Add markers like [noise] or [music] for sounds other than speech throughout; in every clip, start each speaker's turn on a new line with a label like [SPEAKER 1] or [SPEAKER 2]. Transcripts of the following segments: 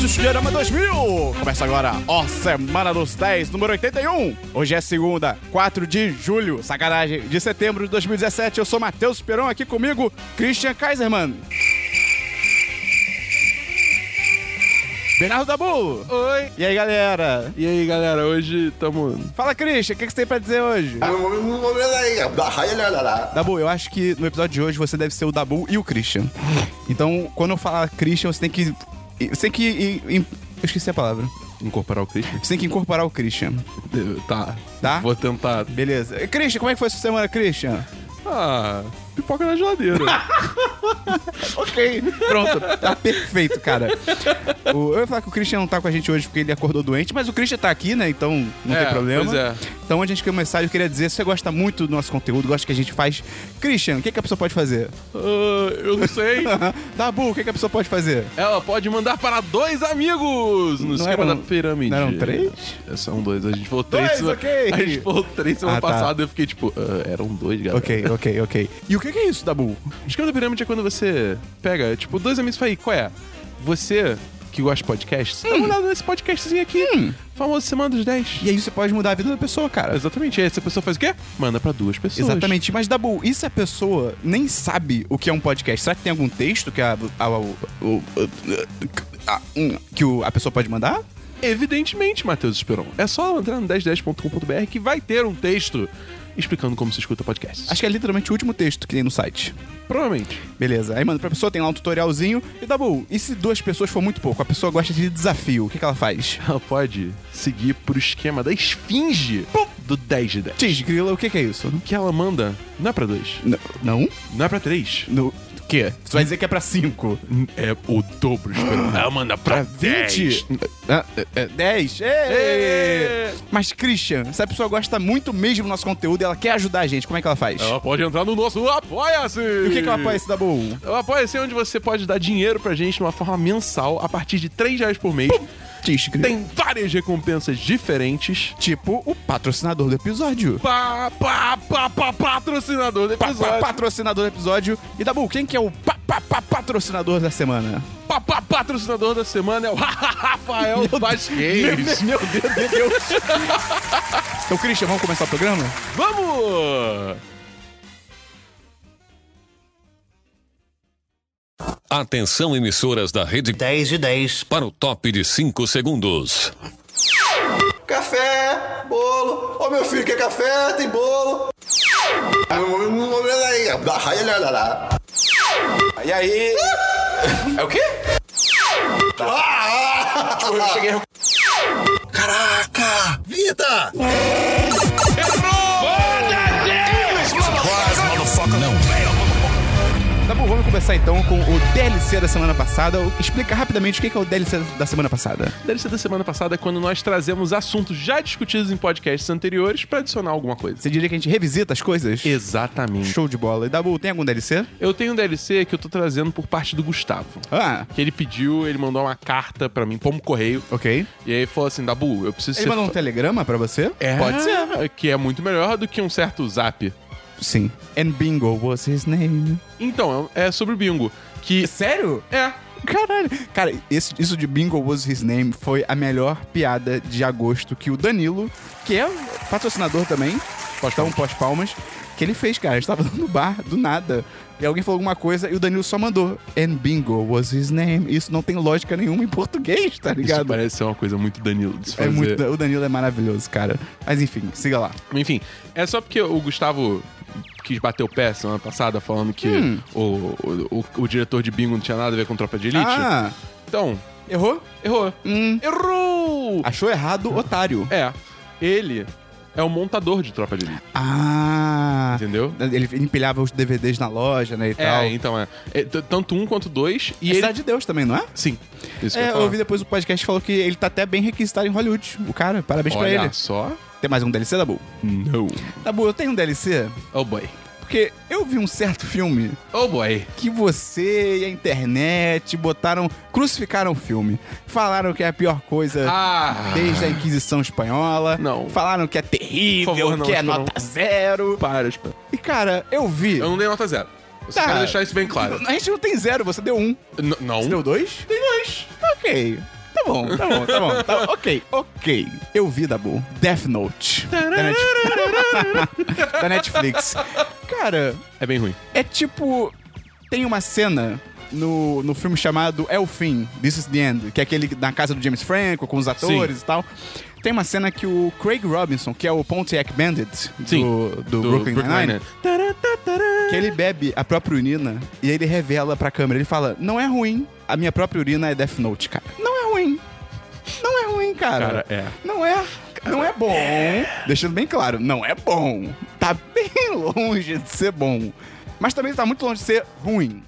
[SPEAKER 1] Disqueirama 2000. Começa agora, ó, Semana dos 10, número 81. Hoje é segunda, 4 de julho, sacanagem, de setembro de 2017. Eu sou Matheus Peron, aqui comigo, Christian Kaiserman. Bernardo Dabu!
[SPEAKER 2] Oi!
[SPEAKER 1] E aí, galera?
[SPEAKER 2] E aí, galera, hoje tamo.
[SPEAKER 1] Fala, Christian, o que, que você tem pra dizer hoje?
[SPEAKER 3] é né,
[SPEAKER 1] Dabu, eu acho que no episódio de hoje você deve ser o Dabu e o Christian. Então, quando eu falar Christian, você tem que. Você tem que. em- em- Eu esqueci a palavra.
[SPEAKER 2] Incorporar o Christian?
[SPEAKER 1] Você tem que incorporar o Christian,
[SPEAKER 2] Tá.
[SPEAKER 1] tá?
[SPEAKER 2] Vou tentar.
[SPEAKER 1] Beleza. Eh, Christian, como é que foi a sua semana, Christian?
[SPEAKER 2] Ah, pipoca
[SPEAKER 1] [laughs]
[SPEAKER 2] na geladeira. Ah,
[SPEAKER 1] Ok. Pronto, tá perfeito, cara. O- eu ia falar que o Christian não tá com a gente hoje porque ele acordou doente, mas o Christian tá aqui, né? Então não
[SPEAKER 2] É,
[SPEAKER 1] tem problema.
[SPEAKER 2] pois é.
[SPEAKER 1] Então, antes de começar, eu queria dizer, se você gosta muito do nosso conteúdo, gosta que a gente faz, Christian, o que, que a pessoa pode fazer?
[SPEAKER 2] Ah, eu não sei.
[SPEAKER 1] Dabu, o que, que a pessoa pode fazer?
[SPEAKER 2] Ela pode mandar para dois amigos no
[SPEAKER 1] Não
[SPEAKER 2] esquema
[SPEAKER 1] eram-
[SPEAKER 2] da pirâmide.
[SPEAKER 1] não eram três?
[SPEAKER 2] É, São dois. A gente falou três.
[SPEAKER 1] Dois,
[SPEAKER 2] semana-
[SPEAKER 1] ok.
[SPEAKER 2] A gente falou três semana
[SPEAKER 1] Ah, tá.
[SPEAKER 2] passada. Eu fiquei tipo, ah, eram dois, galera.
[SPEAKER 1] Ok, ok, ok. E o que, que é isso, Dabu?
[SPEAKER 2] O esquema da pirâmide é quando você pega, tipo, dois amigos e fala aí, qual é? Você que gosta de podcast,
[SPEAKER 1] Hum.
[SPEAKER 2] dá uma olhada nesse podcastzinho aqui. Famoso Semana dos 10.
[SPEAKER 1] E aí você pode mudar a vida da pessoa, cara.
[SPEAKER 2] Exatamente. E essa pessoa faz o quê? Manda pra duas pessoas.
[SPEAKER 1] Exatamente. Mas, Dabu, e se a pessoa nem sabe o que é um podcast? Será que tem algum texto que a, a- o- o- a- um, que o- a pessoa pode mandar?
[SPEAKER 2] Evidentemente, Matheus Esperon. É só entrar no 1010.com.br que vai ter um texto explicando como se escuta podcast.
[SPEAKER 1] Acho que é literalmente o último texto que tem no site.
[SPEAKER 2] provavelmente.
[SPEAKER 1] Beleza. Aí manda pra pessoa, tem lá um tutorialzinho. E, Dabu, e se duas pessoas for muito pouco? A pessoa gosta de desafio. O que, que ela faz?
[SPEAKER 2] Ela pode seguir pro esquema da esfinge pum, do 10 de 10.
[SPEAKER 1] Tisgrila, o que, que é isso?
[SPEAKER 2] Que ela manda não é pra dois,
[SPEAKER 1] N- não?
[SPEAKER 2] não é pra três.
[SPEAKER 1] No, o quê? Você vai dizer que é pra cinco?
[SPEAKER 2] É o dobro, Esperon. Ela manda pra
[SPEAKER 1] 20?
[SPEAKER 2] 20.
[SPEAKER 1] Ah, é, 10?
[SPEAKER 2] Ê!
[SPEAKER 1] Mas, Christian, se a pessoa gosta muito mesmo do nosso conteúdo e ela quer ajudar a gente, como é que ela faz?
[SPEAKER 2] Ela pode entrar no nosso Apoia-se!
[SPEAKER 1] E o que, que ela apoia esse da Boa?
[SPEAKER 2] O Apoia-se é onde você pode dar dinheiro pra gente de uma forma mensal, a partir de 3 reais por mês. Tem várias recompensas diferentes.
[SPEAKER 1] Tipo o patrocinador do episódio.
[SPEAKER 2] Pá, pá, pá, pá, patrocinador do
[SPEAKER 1] Pa- pa-
[SPEAKER 2] episódio. Pá,
[SPEAKER 1] patrocinador do episódio. E Dabu, quem que é o pa- pa- pa- patrocinador da semana?
[SPEAKER 2] pá, patrocinador da semana é o [laughs] Rafael Vasquez.
[SPEAKER 1] [laughs] Meu Deus, meu Deus. então, Christian, vamos começar o programa?
[SPEAKER 2] Vamos!
[SPEAKER 4] Atenção emissoras da rede
[SPEAKER 5] 10 e 10.
[SPEAKER 4] para o top de 5 segundos.
[SPEAKER 3] Café, bolo. Ô meu filho, quer café? Tem bolo. é né,
[SPEAKER 1] E aí?
[SPEAKER 3] [laughs] É o quê? Ah, ah, eu cheguei. Caraca! Vida!
[SPEAKER 1] Dabu, vamos começar então com o DLC da semana passada. Explica rapidamente o que que é o DLC da semana passada.
[SPEAKER 2] Deve ser da semana passada quando nós trazemos assuntos já discutidos em podcasts anteriores pra adicionar alguma coisa.
[SPEAKER 1] Você diria que a gente revisita as coisas?
[SPEAKER 2] Exatamente.
[SPEAKER 1] Show de bola. E Dabu, tem algum DLC?
[SPEAKER 2] Eu tenho um DLC que eu tô trazendo por parte do Gustavo.
[SPEAKER 1] Ah,
[SPEAKER 2] que ele pediu, ele mandou uma carta pra mim, pombo correio.
[SPEAKER 1] ok.
[SPEAKER 2] E aí falou assim, Dabu, eu preciso
[SPEAKER 1] Ele mandou um
[SPEAKER 2] fa-
[SPEAKER 1] telegrama pra você?
[SPEAKER 2] É,
[SPEAKER 1] Pode ser.
[SPEAKER 2] Que é muito melhor do que um certo zap.
[SPEAKER 1] Sim. And bingo was his name.
[SPEAKER 2] Então, é é sobre o bingo. Que.
[SPEAKER 1] Sério?
[SPEAKER 2] É.
[SPEAKER 1] Caralho. Cara, esse- isso de bingo was his name foi a melhor piada de agosto que o Danilo, que é patrocinador também, então pós-palmas, que ele fez, cara. A gente tava [laughs] no bar, do nada. E alguém falou alguma coisa e o Danilo só mandou. And bingo was his name. Isso não tem lógica nenhuma em português, tá
[SPEAKER 2] Isso
[SPEAKER 1] ligado?
[SPEAKER 2] parece ser uma coisa muito Danilo de se
[SPEAKER 1] É
[SPEAKER 2] fazer.
[SPEAKER 1] muito, o Danilo é maravilhoso, cara. Mas enfim, siga lá.
[SPEAKER 2] Enfim, é só porque o Gustavo quis bater o pé semana passada falando que
[SPEAKER 1] Hum.
[SPEAKER 2] o, o, o- o diretor de bingo não tinha nada a ver com tropa de elite.
[SPEAKER 1] Ah, Hum.
[SPEAKER 2] Então,
[SPEAKER 1] errou?
[SPEAKER 2] errou. Errou!
[SPEAKER 1] Achou errado, otário.
[SPEAKER 2] É, ele é o montador de tropa de elite,
[SPEAKER 1] Ah.
[SPEAKER 2] entendeu?
[SPEAKER 1] Ele empilhava os DVDs na loja, né, e tal.
[SPEAKER 2] É, então é. É, t- tanto um quanto dois. E
[SPEAKER 1] E é
[SPEAKER 2] ele.
[SPEAKER 1] Cidade de Deus também, não é?
[SPEAKER 2] Sim. Isso que
[SPEAKER 1] É,
[SPEAKER 2] eu
[SPEAKER 1] eu
[SPEAKER 2] ia
[SPEAKER 1] ouvi depois o podcast falou que ele tá até bem requisitado em Hollywood. O cara, parabéns
[SPEAKER 2] falar.
[SPEAKER 1] pra
[SPEAKER 2] Olha
[SPEAKER 1] ele.
[SPEAKER 2] só.
[SPEAKER 1] Tem mais um DLC, Dabu?
[SPEAKER 2] Não.
[SPEAKER 1] Dabu, eu tenho um DLC
[SPEAKER 2] Oh boy.
[SPEAKER 1] porque eu vi um certo filme
[SPEAKER 2] Oh boy.
[SPEAKER 1] que você e a internet botaram, crucificaram o filme. Falaram que é a pior coisa
[SPEAKER 2] Ah.
[SPEAKER 1] desde a Inquisição Espanhola.
[SPEAKER 2] Não.
[SPEAKER 1] Falaram que é terrível,
[SPEAKER 2] Por favor, não,
[SPEAKER 1] que é
[SPEAKER 2] acho que
[SPEAKER 1] nota zero.
[SPEAKER 2] Para, espera.
[SPEAKER 1] E, cara, eu vi...
[SPEAKER 2] Eu não dei nota zero. Eu só
[SPEAKER 1] Tá.
[SPEAKER 2] quero deixar isso bem claro.
[SPEAKER 1] A gente não tem zero, você deu um.
[SPEAKER 2] N- não.
[SPEAKER 1] Você deu dois? Dei dois. Ok. Tá bom, tá bom, tá bom. tá bom. ok, ok. Eu vi, Dabu, Death Note. Da, Net- da Netflix. [laughs] Cara,
[SPEAKER 2] É bem ruim.
[SPEAKER 1] é tipo. Tem uma cena no, no filme chamado É o Fim, This is the End, que é aquele na casa do James Franco, com os atores e tal. Tem uma cena que o Craig Robinson, que é o Pontiac Bandit do,
[SPEAKER 2] Sim.
[SPEAKER 1] do, Brooklyn Nine-Nine, que ele bebe a própria urina e aí ele revela pra câmera, ele fala, não é ruim, a minha própria urina é Death Note, cara. Não é ruim. Não é ruim, cara.
[SPEAKER 2] Cara, é.
[SPEAKER 1] Não é. Não é bom. Deixando bem claro, não é bom. Tá bem [laughs] longe de ser bom. Mas também tá muito longe de ser ruim.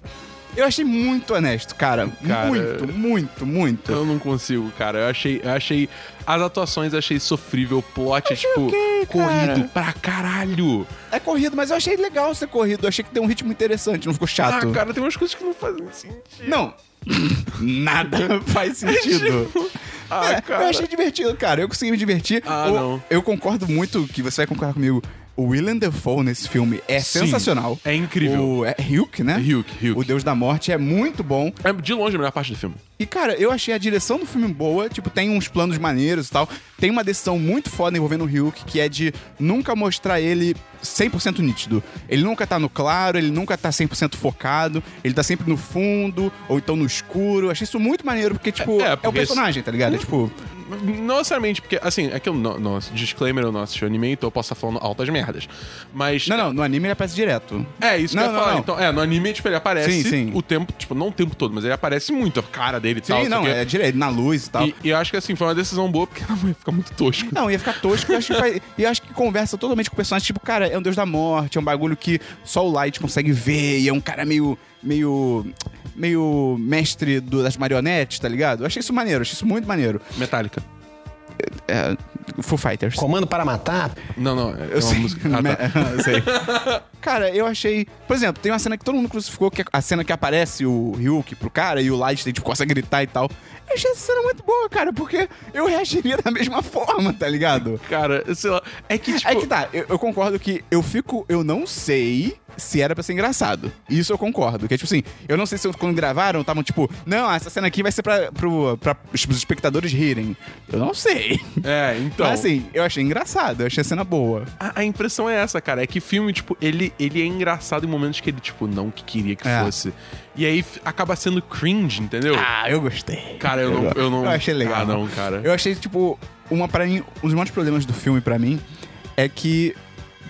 [SPEAKER 1] Eu achei muito honesto, cara.
[SPEAKER 2] Cara,
[SPEAKER 1] muito, muito, muito.
[SPEAKER 2] Eu não consigo, cara. Eu achei, eu achei. As atuações eu achei sofrível. O plot é, tipo,
[SPEAKER 1] ok, cara.
[SPEAKER 2] corrido pra caralho.
[SPEAKER 1] É corrido, mas eu achei legal ser corrido. Eu achei que deu um ritmo interessante, não ficou chato.
[SPEAKER 2] Ah, cara, tem umas coisas que não fazem sentido.
[SPEAKER 1] Não. [laughs] Nada faz sentido.
[SPEAKER 2] Ah,
[SPEAKER 1] É,
[SPEAKER 2] cara.
[SPEAKER 1] Eu achei divertido, cara. Eu consegui me divertir.
[SPEAKER 2] Ah,
[SPEAKER 1] eu,
[SPEAKER 2] não.
[SPEAKER 1] eu concordo muito que você vai concordar comigo. O Willem Dafoe nesse filme é
[SPEAKER 2] Sim,
[SPEAKER 1] sensacional.
[SPEAKER 2] é incrível.
[SPEAKER 1] O, é Hulk, né?
[SPEAKER 2] Hulk, Hulk.
[SPEAKER 1] O Deus da Morte é muito bom.
[SPEAKER 2] É de longe a melhor parte do filme.
[SPEAKER 1] E, cara, eu achei a direção do filme boa. Tipo, tem uns planos maneiros e tal. Tem uma decisão muito foda envolvendo o Hulk, que é de nunca mostrar ele 100% nítido. Ele nunca tá no claro, ele nunca tá 100% focado. Ele tá sempre no fundo, ou então no escuro. Achei isso muito maneiro, porque, tipo,
[SPEAKER 2] É,
[SPEAKER 1] é,
[SPEAKER 2] é,
[SPEAKER 1] o
[SPEAKER 2] porque
[SPEAKER 1] personagem, tá ligado? É, tipo...
[SPEAKER 2] Não necessariamente, porque, assim, é que eu não, nosso disclaimer, eu não assisti o anime, então eu posso estar falando altas merdas. Mas.
[SPEAKER 1] Não, não, no anime ele aparece direto.
[SPEAKER 2] É, isso
[SPEAKER 1] Não,
[SPEAKER 2] que eu ia
[SPEAKER 1] não,
[SPEAKER 2] falar.
[SPEAKER 1] não.
[SPEAKER 2] Então, é, no anime, tipo, ele aparece
[SPEAKER 1] Sim, sim.
[SPEAKER 2] o tempo, tipo, não o tempo todo, mas ele aparece muito, a cara dele e tal.
[SPEAKER 1] Sim,
[SPEAKER 2] sei
[SPEAKER 1] não,
[SPEAKER 2] o quê.
[SPEAKER 1] é direto, na luz e tal.
[SPEAKER 2] E, e eu acho que, assim, foi uma decisão boa, porque [laughs] ela vai ficar muito tosco.
[SPEAKER 1] Não, ia ficar tosco. eu acho que faz- E eu acho que conversa totalmente com o personagem. Tipo, cara, é um deus da morte, é um bagulho que só o Light consegue ver. E é um cara meio... meio... meio mestre do- das marionetes, tá ligado? Eu achei isso maneiro, achei isso muito maneiro.
[SPEAKER 2] Metallica.
[SPEAKER 1] É, Foo Fighters.
[SPEAKER 5] Comando para matar?
[SPEAKER 2] Não, não, é
[SPEAKER 1] Eu
[SPEAKER 2] uma
[SPEAKER 1] sei. [laughs]
[SPEAKER 2] música. Ah, tá.
[SPEAKER 1] Eu sei. Cara, eu achei. Por exemplo, tem uma cena que todo mundo crucificou, que é a cena que aparece o Ryuk pro cara e o Light tipo, consegue gritar e tal. Eu achei essa cena muito boa, cara, porque eu reagiria da mesma forma, tá ligado?
[SPEAKER 2] Cara, sei lá. É que, tipo.
[SPEAKER 1] Aí que tá, eu, eu concordo que eu fico. Eu não sei se era pra ser engraçado. Isso eu concordo. Que é tipo assim, eu não sei se quando gravaram estavam tipo, não, essa cena aqui vai ser pra, pro, pra os espectadores rirem. Eu não sei.
[SPEAKER 2] É, então.
[SPEAKER 1] Mas assim, eu achei engraçado, eu achei a cena boa.
[SPEAKER 2] A, a impressão é essa, cara. É que filme, tipo, ele, ele é engraçado em momentos que ele, tipo, não que queria que
[SPEAKER 1] É.
[SPEAKER 2] fosse. E aí f- acaba sendo cringe, entendeu?
[SPEAKER 1] Ah, eu gostei.
[SPEAKER 2] Cara, eu não- eu não-
[SPEAKER 1] achei legal.
[SPEAKER 2] Ah, não, cara.
[SPEAKER 1] Eu achei, tipo, uma para mim. Um dos maiores problemas do filme pra mim é que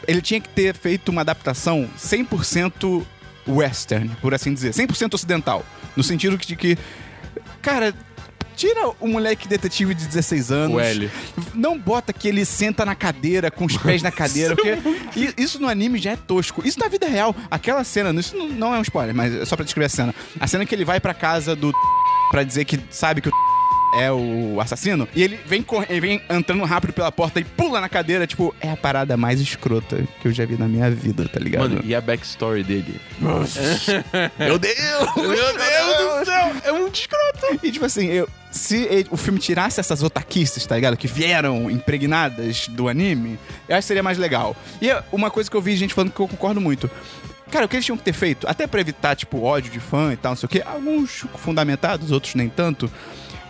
[SPEAKER 1] ele tinha que ter feito uma adaptação 100% western, por assim dizer. 100% ocidental. No sentido de que. Cara. Tira o moleque detetive de 16 anos.
[SPEAKER 2] O L.
[SPEAKER 1] Não bota que ele senta na cadeira, com os
[SPEAKER 2] [laughs]
[SPEAKER 1] pés na cadeira, porque
[SPEAKER 2] é
[SPEAKER 1] i- isso no anime já é tosco. Isso na vida real, aquela cena, isso não- não é um spoiler, mas é só pra descrever a cena. A cena que ele vai pra casa do [laughs] pra dizer que sabe que o é o assassino, e ele vem, cor- ele vem entrando rápido pela porta e pula na cadeira, tipo, é a parada mais escrota que eu já vi na minha vida, tá ligado?
[SPEAKER 2] Mano, e a backstory dele?
[SPEAKER 1] meu Deus! É. [laughs] Meu Deus do céu! É um escroto! E tipo assim, eu- se ele- o filme tirasse essas otakistas, tá ligado? Que vieram impregnadas do anime, eu acho que seria mais legal. E é uma coisa que eu vi gente falando que eu concordo muito. Cara, o que eles tinham que ter feito, até pra evitar, tipo, ódio de fã e tal, não sei o quê, alguns fundamentados, outros nem tanto,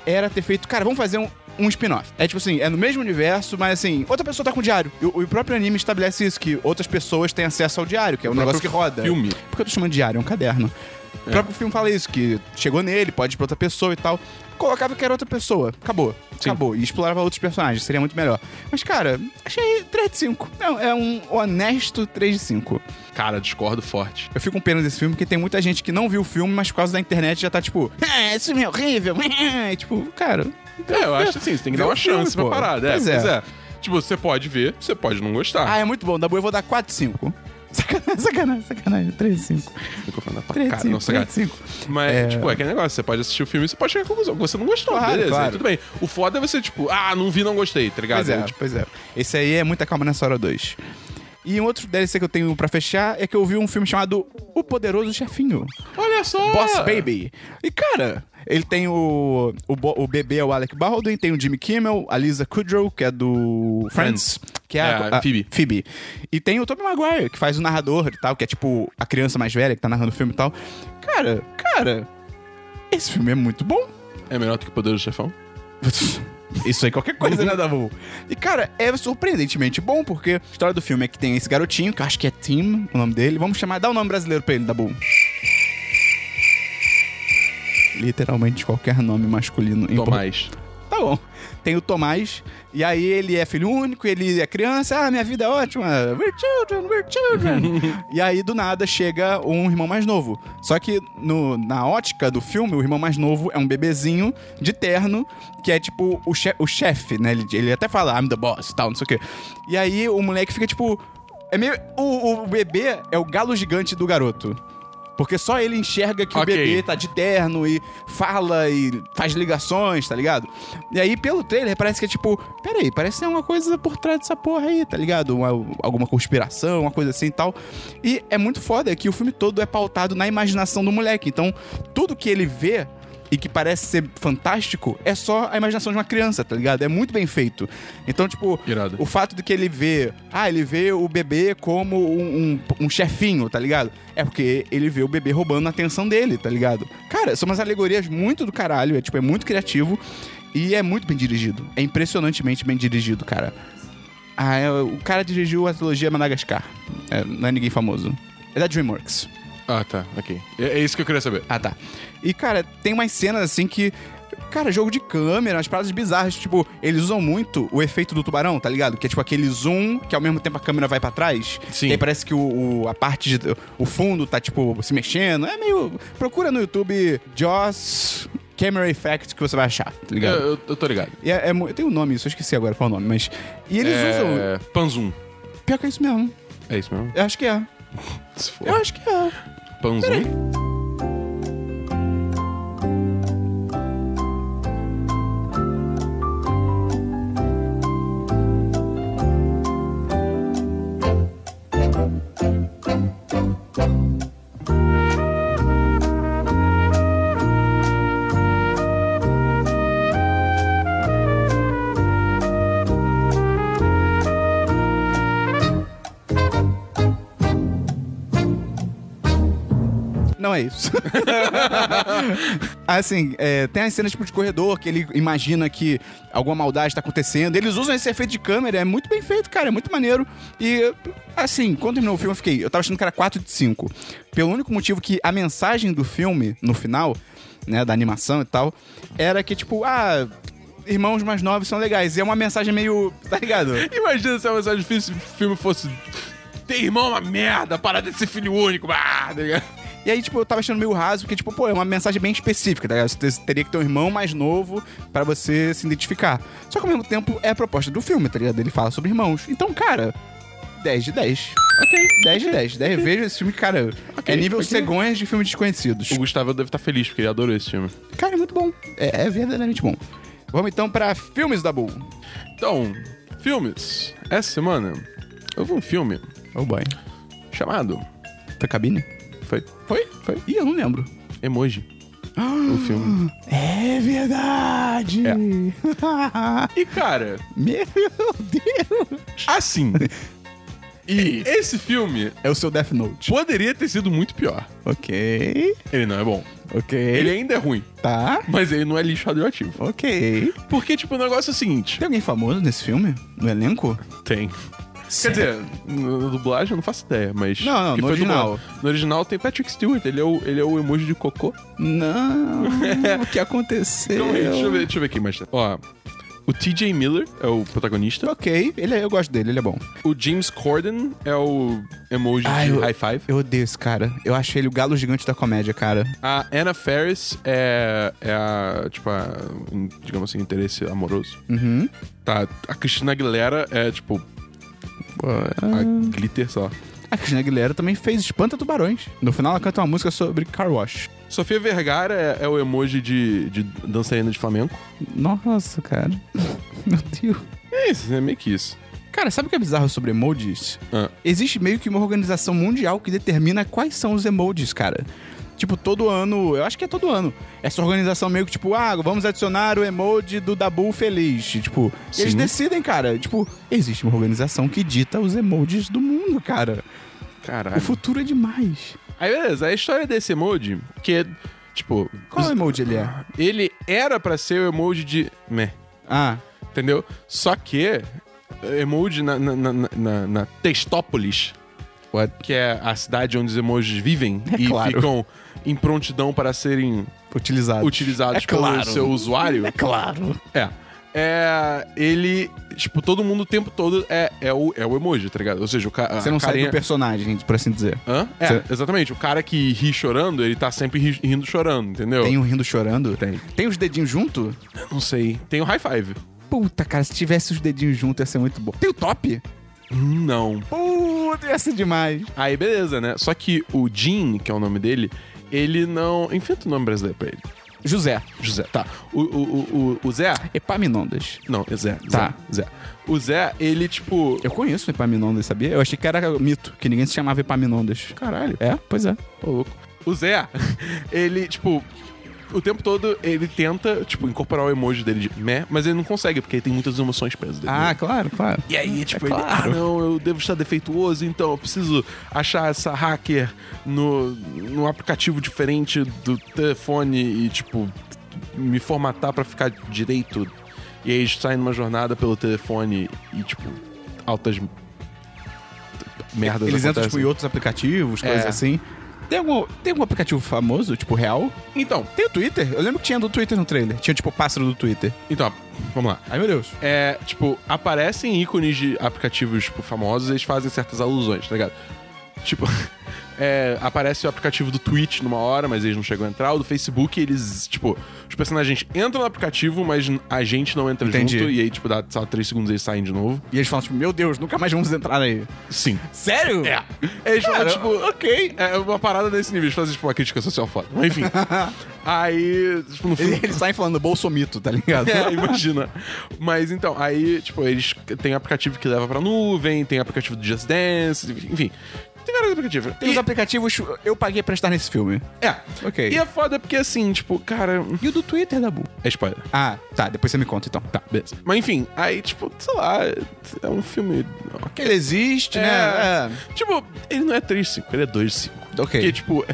[SPEAKER 1] era ter feito, cara, vamos fazer um, um spin-off. É tipo assim, é no mesmo universo, mas assim, outra pessoa tá com o diário. E o, o próprio anime estabelece isso, que outras pessoas têm acesso ao diário, que é um negócio que
[SPEAKER 2] próprio
[SPEAKER 1] roda.
[SPEAKER 2] filme.
[SPEAKER 1] Por que eu tô chamando de diário? É um caderno.
[SPEAKER 2] É.
[SPEAKER 1] O próprio filme fala isso, que chegou nele, pode ir pra outra pessoa e tal. Colocava que era outra pessoa. Acabou. Acabou. E explorava outros personagens. Seria muito melhor. Mas, cara, achei 3 de 5. É, é um honesto 3 de 5.
[SPEAKER 2] Cara, discordo forte.
[SPEAKER 1] Eu fico com pena desse filme, porque tem muita gente que não viu o filme, mas por causa da internet já tá tipo, ah, esse filme é horrível. [laughs] E, tipo, cara,
[SPEAKER 2] É, eu acho assim, você tem que
[SPEAKER 1] Vê
[SPEAKER 2] dar uma
[SPEAKER 1] o filme,
[SPEAKER 2] chance
[SPEAKER 1] pô.
[SPEAKER 2] pra parada. É,
[SPEAKER 1] Pois é.
[SPEAKER 2] pois é. Tipo, você pode ver, você pode não
[SPEAKER 1] ah,
[SPEAKER 2] gostar.
[SPEAKER 1] é muito bom. Da boa eu vou dar 4 de 5. [laughs] Sacanagem, sacanagem, sacanagem. 3 de 5.
[SPEAKER 2] Ficou falando pra
[SPEAKER 1] 3 de
[SPEAKER 2] cara,
[SPEAKER 1] 5.
[SPEAKER 2] nossa,
[SPEAKER 1] 3
[SPEAKER 2] cara.
[SPEAKER 1] de 5.
[SPEAKER 2] Mas,
[SPEAKER 1] É.
[SPEAKER 2] tipo, é aquele negócio, você pode assistir o filme e você pode chegar à conclusão que você não gostou,
[SPEAKER 1] Claro,
[SPEAKER 2] beleza,
[SPEAKER 1] claro.
[SPEAKER 2] tudo bem. O foda é você, tipo, ah, não vi, não gostei, tá ligado?
[SPEAKER 1] Pois é,
[SPEAKER 2] Tipo,
[SPEAKER 1] pois é. Esse aí é muita calma nessa hora 2. E um outro DLC que eu tenho pra fechar é que eu vi um filme chamado O Poderoso Chefinho.
[SPEAKER 2] Olha só!
[SPEAKER 1] Boss Baby. E, cara, ele tem o, o, bo- o bebê, é o Alec Baldwin, tem o Jimmy Kimmel, a Lisa Kudrow, que é do Friends,
[SPEAKER 2] Friends.
[SPEAKER 1] que é,
[SPEAKER 2] É, a Phoebe.
[SPEAKER 1] Phoebe. E tem o Tobey Maguire, que faz o narrador e tal, que é tipo a criança mais velha que tá narrando o filme e tal. Cara, cara, esse filme é muito bom.
[SPEAKER 2] É melhor do que o Poder do Chefão?
[SPEAKER 1] [laughs] Isso aí, qualquer coisa, né, Dabu? E, cara, é surpreendentemente bom, porque a história do filme é que tem esse garotinho, que eu acho que é Tim, o nome dele. Vamos chamar, dá o nome brasileiro pra ele, Dabu. Literalmente qualquer nome masculino. em por-
[SPEAKER 2] Tomás.
[SPEAKER 1] Tá bom. Tem o Tomás, e aí ele é filho único, ele é criança, ah, minha vida é ótima, we're children, we're children. e aí, do nada, chega um irmão mais novo. Só que no, na ótica do filme, o irmão mais novo é um bebezinho de terno, que é tipo o, che o chefe, né? Ele, ele até fala, I'm the boss, e tal, não sei o quê. E aí o moleque fica tipo. É meio. O, o bebê é o galo gigante do garoto. Porque só ele enxerga que
[SPEAKER 2] Ok.
[SPEAKER 1] o bebê tá de terno e fala e faz ligações, tá ligado? E aí, pelo trailer, parece que é tipo, peraí, parece que tem uma coisa por trás dessa porra aí, tá ligado? Uma- alguma conspiração, uma coisa assim e tal. E é muito foda que o filme todo é pautado na imaginação do moleque. Então, tudo que ele vê e que parece ser fantástico é só a imaginação de uma criança, tá ligado? É muito bem feito. Então, tipo,
[SPEAKER 2] Irado.
[SPEAKER 1] o fato de que ele vê. Ah, ele vê o bebê como um, um, um chefinho, tá ligado? É porque ele vê o bebê roubando a atenção dele, tá ligado? Cara, são umas alegorias muito do caralho. É tipo, é muito criativo e é muito bem dirigido. É impressionantemente bem dirigido, cara. Ah, é, o cara dirigiu a trilogia Madagascar. É, não é ninguém famoso. É da Dreamworks.
[SPEAKER 2] Ah, tá, ok. É, é isso que eu queria saber.
[SPEAKER 1] Ah, tá. E, cara, tem umas cenas assim que. Cara, jogo de câmera, umas paradas bizarras. Tipo, eles usam muito o efeito do tubarão, tá ligado? Que é tipo aquele zoom que ao mesmo tempo a câmera vai pra trás.
[SPEAKER 2] Sim.
[SPEAKER 1] E aí parece que o, o- a parte. De, o fundo tá, tipo, se mexendo. É meio. Procura no YouTube Joss Camera Effect que você vai achar, tá
[SPEAKER 2] Eu,
[SPEAKER 1] ligado?
[SPEAKER 2] eu, eu tô ligado.
[SPEAKER 1] E é, é mu- tem um nome, isso eu esqueci agora qual é o nome, mas. E eles usam.
[SPEAKER 2] é... Panzum.
[SPEAKER 1] Pior que é isso mesmo.
[SPEAKER 2] É isso mesmo?
[SPEAKER 1] Eu acho que é.
[SPEAKER 2] Se for.
[SPEAKER 1] Eu acho que é. peraí.
[SPEAKER 2] Panzum?
[SPEAKER 1] Não é isso. [laughs] assim, é, tem as cenas tipo de corredor que ele imagina que alguma maldade tá acontecendo. Eles usam esse efeito de câmera, é muito bem feito, cara, é muito maneiro. E assim, quando terminou o filme, eu fiquei, eu tava achando que era 4 de 5. Pelo único motivo que a mensagem do filme no final, né, da animação e tal, era que tipo, ah, irmãos mais novos são legais. E é uma mensagem meio, tá ligado?
[SPEAKER 2] Imagina se é a mensagem difícil filme fosse. Ter irmão é uma merda, para de ser filho único. Ah, tá ligado?
[SPEAKER 1] E aí, tipo, eu tava achando meio raso, porque, tipo, pô, é uma mensagem bem específica, tá ligado? Você te- teria que ter um irmão mais novo pra você se identificar. Só que ao mesmo tempo é a proposta do filme, tá ligado? Ele fala sobre irmãos. Então, cara, 10 de 10.
[SPEAKER 2] Ok.
[SPEAKER 1] 10 de 10. 10 vejo esse filme, cara.
[SPEAKER 2] Ok,
[SPEAKER 1] é nível
[SPEAKER 2] ok.
[SPEAKER 1] cegonhas de filmes desconhecidos.
[SPEAKER 2] O Gustavo
[SPEAKER 1] tá
[SPEAKER 2] deve estar feliz, porque ele adorou esse filme.
[SPEAKER 1] Cara, é muito bom. É, é verdadeiramente bom. Vamos então pra filmes da Bull.
[SPEAKER 2] Então, filmes. Essa semana eu vi um filme
[SPEAKER 1] Oh boy.
[SPEAKER 2] chamado.
[SPEAKER 1] Foi cabine?
[SPEAKER 2] Foi?
[SPEAKER 1] Foi? Foi. Ih, eu não lembro.
[SPEAKER 2] Emoji. o filme.
[SPEAKER 1] É verdade! [laughs]
[SPEAKER 2] É. [gasps] E cara,
[SPEAKER 1] Meu Deus!
[SPEAKER 2] assim. E esse filme
[SPEAKER 1] É o seu Death Note.
[SPEAKER 2] poderia ter sido muito pior.
[SPEAKER 1] Ok.
[SPEAKER 2] Ele não é bom.
[SPEAKER 1] Ok.
[SPEAKER 2] Ele ainda é ruim,
[SPEAKER 1] Tá.
[SPEAKER 2] mas ele não é lixo radioativo.
[SPEAKER 1] Ok.
[SPEAKER 2] Porque, tipo, o negócio é o seguinte.
[SPEAKER 1] Tem alguém famoso nesse filme? No elenco?
[SPEAKER 2] Tem. Quer dizer, na dublagem eu não faço ideia, mas.
[SPEAKER 1] Não, não,
[SPEAKER 2] que
[SPEAKER 1] no
[SPEAKER 2] foi dublado.
[SPEAKER 1] original.
[SPEAKER 2] No original tem Patrick Stewart, ele é o, ele é o emoji de cocô. [laughs]
[SPEAKER 1] Não. o que aconteceu?
[SPEAKER 2] Então, deixa, eu ver, deixa eu ver aqui mais. Ó. O TJ Miller é o protagonista.
[SPEAKER 1] Ok, ele é- eu gosto dele, ele é bom.
[SPEAKER 2] O James Corden é o emoji
[SPEAKER 1] Ah,
[SPEAKER 2] de
[SPEAKER 1] eu-
[SPEAKER 2] high five.
[SPEAKER 1] Eu odeio esse cara. Eu acho ele o galo gigante da comédia, cara.
[SPEAKER 2] A Anna Ferris é, é a, tipo, a, um, digamos assim, interesse amoroso.
[SPEAKER 1] Uhum.
[SPEAKER 2] Tá, a Cristina Aguilera é, tipo,
[SPEAKER 1] é.
[SPEAKER 2] a glitter só.
[SPEAKER 1] A Cristina Aguilera também fez Espanta Tubarões. No final ela canta uma música sobre Car Wash.
[SPEAKER 2] Sofia Vergara é, é o emoji de, de dançarina de flamenco.
[SPEAKER 1] Nossa, cara. [laughs] Meu Deus.
[SPEAKER 2] É isso, é meio que isso.
[SPEAKER 1] Cara, sabe o que é bizarro sobre emojis?
[SPEAKER 2] Ah.
[SPEAKER 1] Existe meio que uma organização mundial que determina quais são os emojis, cara. Tipo, todo ano, eu acho que é todo ano. Essa organização meio que, tipo, ah, vamos adicionar o emoji do Dabu feliz. Tipo, e eles
[SPEAKER 2] Sim.
[SPEAKER 1] decidem, cara. Tipo, existe uma organização que dita os emojis do mundo, cara.
[SPEAKER 2] Caralho.
[SPEAKER 1] O futuro é demais.
[SPEAKER 2] Aí beleza, a história desse emoji, que Tipo,
[SPEAKER 1] Qual emoji ele é?
[SPEAKER 2] ele era pra ser o emoji de. Meh,
[SPEAKER 1] Ah,
[SPEAKER 2] entendeu? Só que emoji na, na, na, na- na Textópolis,
[SPEAKER 1] what?
[SPEAKER 2] que é a cidade onde os emojis vivem
[SPEAKER 1] É
[SPEAKER 2] e
[SPEAKER 1] claro.
[SPEAKER 2] ficam em prontidão para serem
[SPEAKER 1] Utilizado.
[SPEAKER 2] utilizados
[SPEAKER 1] É claro.
[SPEAKER 2] pelo seu usuário.
[SPEAKER 1] É claro.
[SPEAKER 2] É. É, ele, tipo, todo mundo o tempo todo é, é, o, é o emoji, tá ligado? Ou seja, o cara.
[SPEAKER 1] Você não sai do personagem, por assim dizer.
[SPEAKER 2] Hã? É,
[SPEAKER 1] Você-
[SPEAKER 2] exatamente. O cara que ri chorando, ele tá sempre ri- rindo chorando, entendeu?
[SPEAKER 1] Tem um rindo chorando?
[SPEAKER 2] Tem.
[SPEAKER 1] Tem os dedinhos junto?
[SPEAKER 2] Não sei. Tem o high five.
[SPEAKER 1] Puta, cara, se tivesse os dedinhos junto ia ser muito bom. Tem o top?
[SPEAKER 2] Hum, Não.
[SPEAKER 1] Puta, ia ser demais.
[SPEAKER 2] Aí beleza, né? Só que o Jean, que é o nome dele, ele não. Inventa o nome brasileiro pra ele.
[SPEAKER 1] José,
[SPEAKER 2] José, tá. O, o, o, o, o Zé.
[SPEAKER 1] Epaminondas.
[SPEAKER 2] Não, é Zé.
[SPEAKER 1] Tá.
[SPEAKER 2] Zé. Zé. O Zé, ele, tipo.
[SPEAKER 1] Eu conheço o Epaminondas, sabia? Eu achei que era mito, que ninguém se chamava Epaminondas.
[SPEAKER 2] Caralho.
[SPEAKER 1] É? Pois é.
[SPEAKER 2] Ô, louco. O Zé, [laughs] ele, tipo, o tempo todo ele tenta, tipo, incorporar o emoji dele de meh, mas ele não consegue, porque ele tem muitas emoções presas dele.
[SPEAKER 1] Ah, claro, claro.
[SPEAKER 2] E aí, tipo,
[SPEAKER 1] É
[SPEAKER 2] ele,
[SPEAKER 1] claro.
[SPEAKER 2] ah, não, eu devo estar defeituoso, então eu preciso achar essa hacker no, num aplicativo diferente do telefone e, tipo, me formatar pra ficar direito. E aí sai numa jornada pelo telefone e, tipo, altas t- merdas
[SPEAKER 1] Eles entram,
[SPEAKER 2] acontecem.
[SPEAKER 1] tipo, em outros aplicativos,
[SPEAKER 2] É.
[SPEAKER 1] coisas assim. Tem algum, tem algum aplicativo famoso, tipo, real?
[SPEAKER 2] Então,
[SPEAKER 1] Tem o Twitter? Eu lembro que tinha do Twitter no trailer. Tinha, tipo, o pássaro do Twitter.
[SPEAKER 2] então, vamos lá.
[SPEAKER 1] Ai, meu Deus.
[SPEAKER 2] é, tipo, aparecem ícones de aplicativos tipo, famosos eles fazem certas alusões, tá ligado? Tipo, [laughs] é, aparece o aplicativo do Twitch numa hora, mas eles não chegam a entrar. O do Facebook, eles, tipo, os personagens entram no aplicativo, mas a gente não entra
[SPEAKER 1] Entendi.
[SPEAKER 2] junto. E aí, tipo, dá só três segundos e eles saem de novo.
[SPEAKER 1] E eles falam, tipo, meu Deus, nunca mais vamos entrar aí.
[SPEAKER 2] Sim.
[SPEAKER 1] Sério? Ah,
[SPEAKER 2] É. Eles falam,
[SPEAKER 1] Cara,
[SPEAKER 2] tipo,
[SPEAKER 1] [laughs]
[SPEAKER 2] ok. É uma parada desse nível. Eles fazem, tipo, uma crítica social foda. Mas, enfim. aí, tipo, no fim.
[SPEAKER 1] Eles, eles saem falando bolsomito, tá ligado?
[SPEAKER 2] [laughs] É, imagina. Mas então, aí, tipo, eles tem aplicativo que leva pra nuvem, tem aplicativo do Just Dance, enfim. Tem vários aplicativos.
[SPEAKER 1] Tem os
[SPEAKER 2] E-
[SPEAKER 1] aplicativos, eu paguei pra estar nesse filme.
[SPEAKER 2] É.
[SPEAKER 1] Ok.
[SPEAKER 2] E é foda porque assim, tipo, cara.
[SPEAKER 1] E o do Twitter, Dabu?
[SPEAKER 2] É spoiler.
[SPEAKER 1] Ah, tá, depois você me conta então. Tá.
[SPEAKER 2] Beleza. Mas enfim, aí, tipo, sei lá, é um filme. Ok.
[SPEAKER 1] Ele existe,
[SPEAKER 2] É.
[SPEAKER 1] né? É.
[SPEAKER 2] Tipo, ele não é 3-5, ele é 2-5.
[SPEAKER 1] Ok.
[SPEAKER 2] Porque, tipo,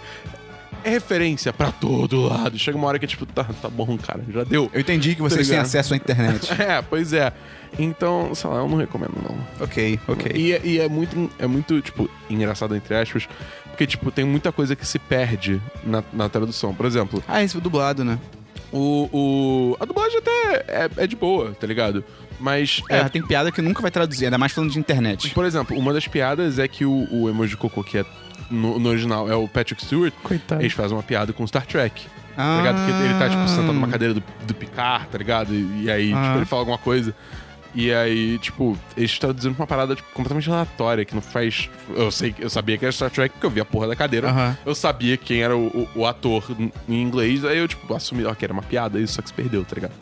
[SPEAKER 2] é, é referência pra todo lado. Chega uma hora que é tipo, tá, tá bom, cara, já deu.
[SPEAKER 1] Eu entendi que vocês
[SPEAKER 2] Tá
[SPEAKER 1] têm
[SPEAKER 2] ligado?
[SPEAKER 1] acesso à internet.
[SPEAKER 2] [laughs] É, pois é. Então, sei lá, eu não recomendo, não.
[SPEAKER 1] [laughs] ok, ok.
[SPEAKER 2] E, é- e é muito, é muito, tipo, engraçado, entre aspas, porque, tipo, tem muita coisa que se perde na, na tradução. Por exemplo,
[SPEAKER 1] Ah, esse foi dublado, né?
[SPEAKER 2] o, o- a dublagem até é, é de boa, tá ligado? Mas,
[SPEAKER 1] É, Então,
[SPEAKER 2] é,
[SPEAKER 1] tem piada que nunca vai traduzir, ainda mais falando de internet.
[SPEAKER 2] por exemplo, uma das piadas é que o, o emoji de cocô, que é no, no original é o Patrick Stewart,
[SPEAKER 1] Coitado.
[SPEAKER 2] eles fazem uma piada com Star Trek.
[SPEAKER 1] Ah.
[SPEAKER 2] Tá ligado? Porque ele tá, tipo, sentado numa cadeira do, do Picard, tá ligado? E, e aí,
[SPEAKER 1] Ah.
[SPEAKER 2] tipo, ele fala alguma coisa. E aí, tipo, eles traduzindo pra uma parada tipo, completamente aleatória, que não faz. tipo, Eu sei eu sabia que era Star Trek, porque eu vi a porra da cadeira.
[SPEAKER 1] Aham.
[SPEAKER 2] Eu sabia quem era o, o- o ator em inglês. Aí eu, tipo, assumi, ó, que era uma piada, isso só que se perdeu, tá ligado?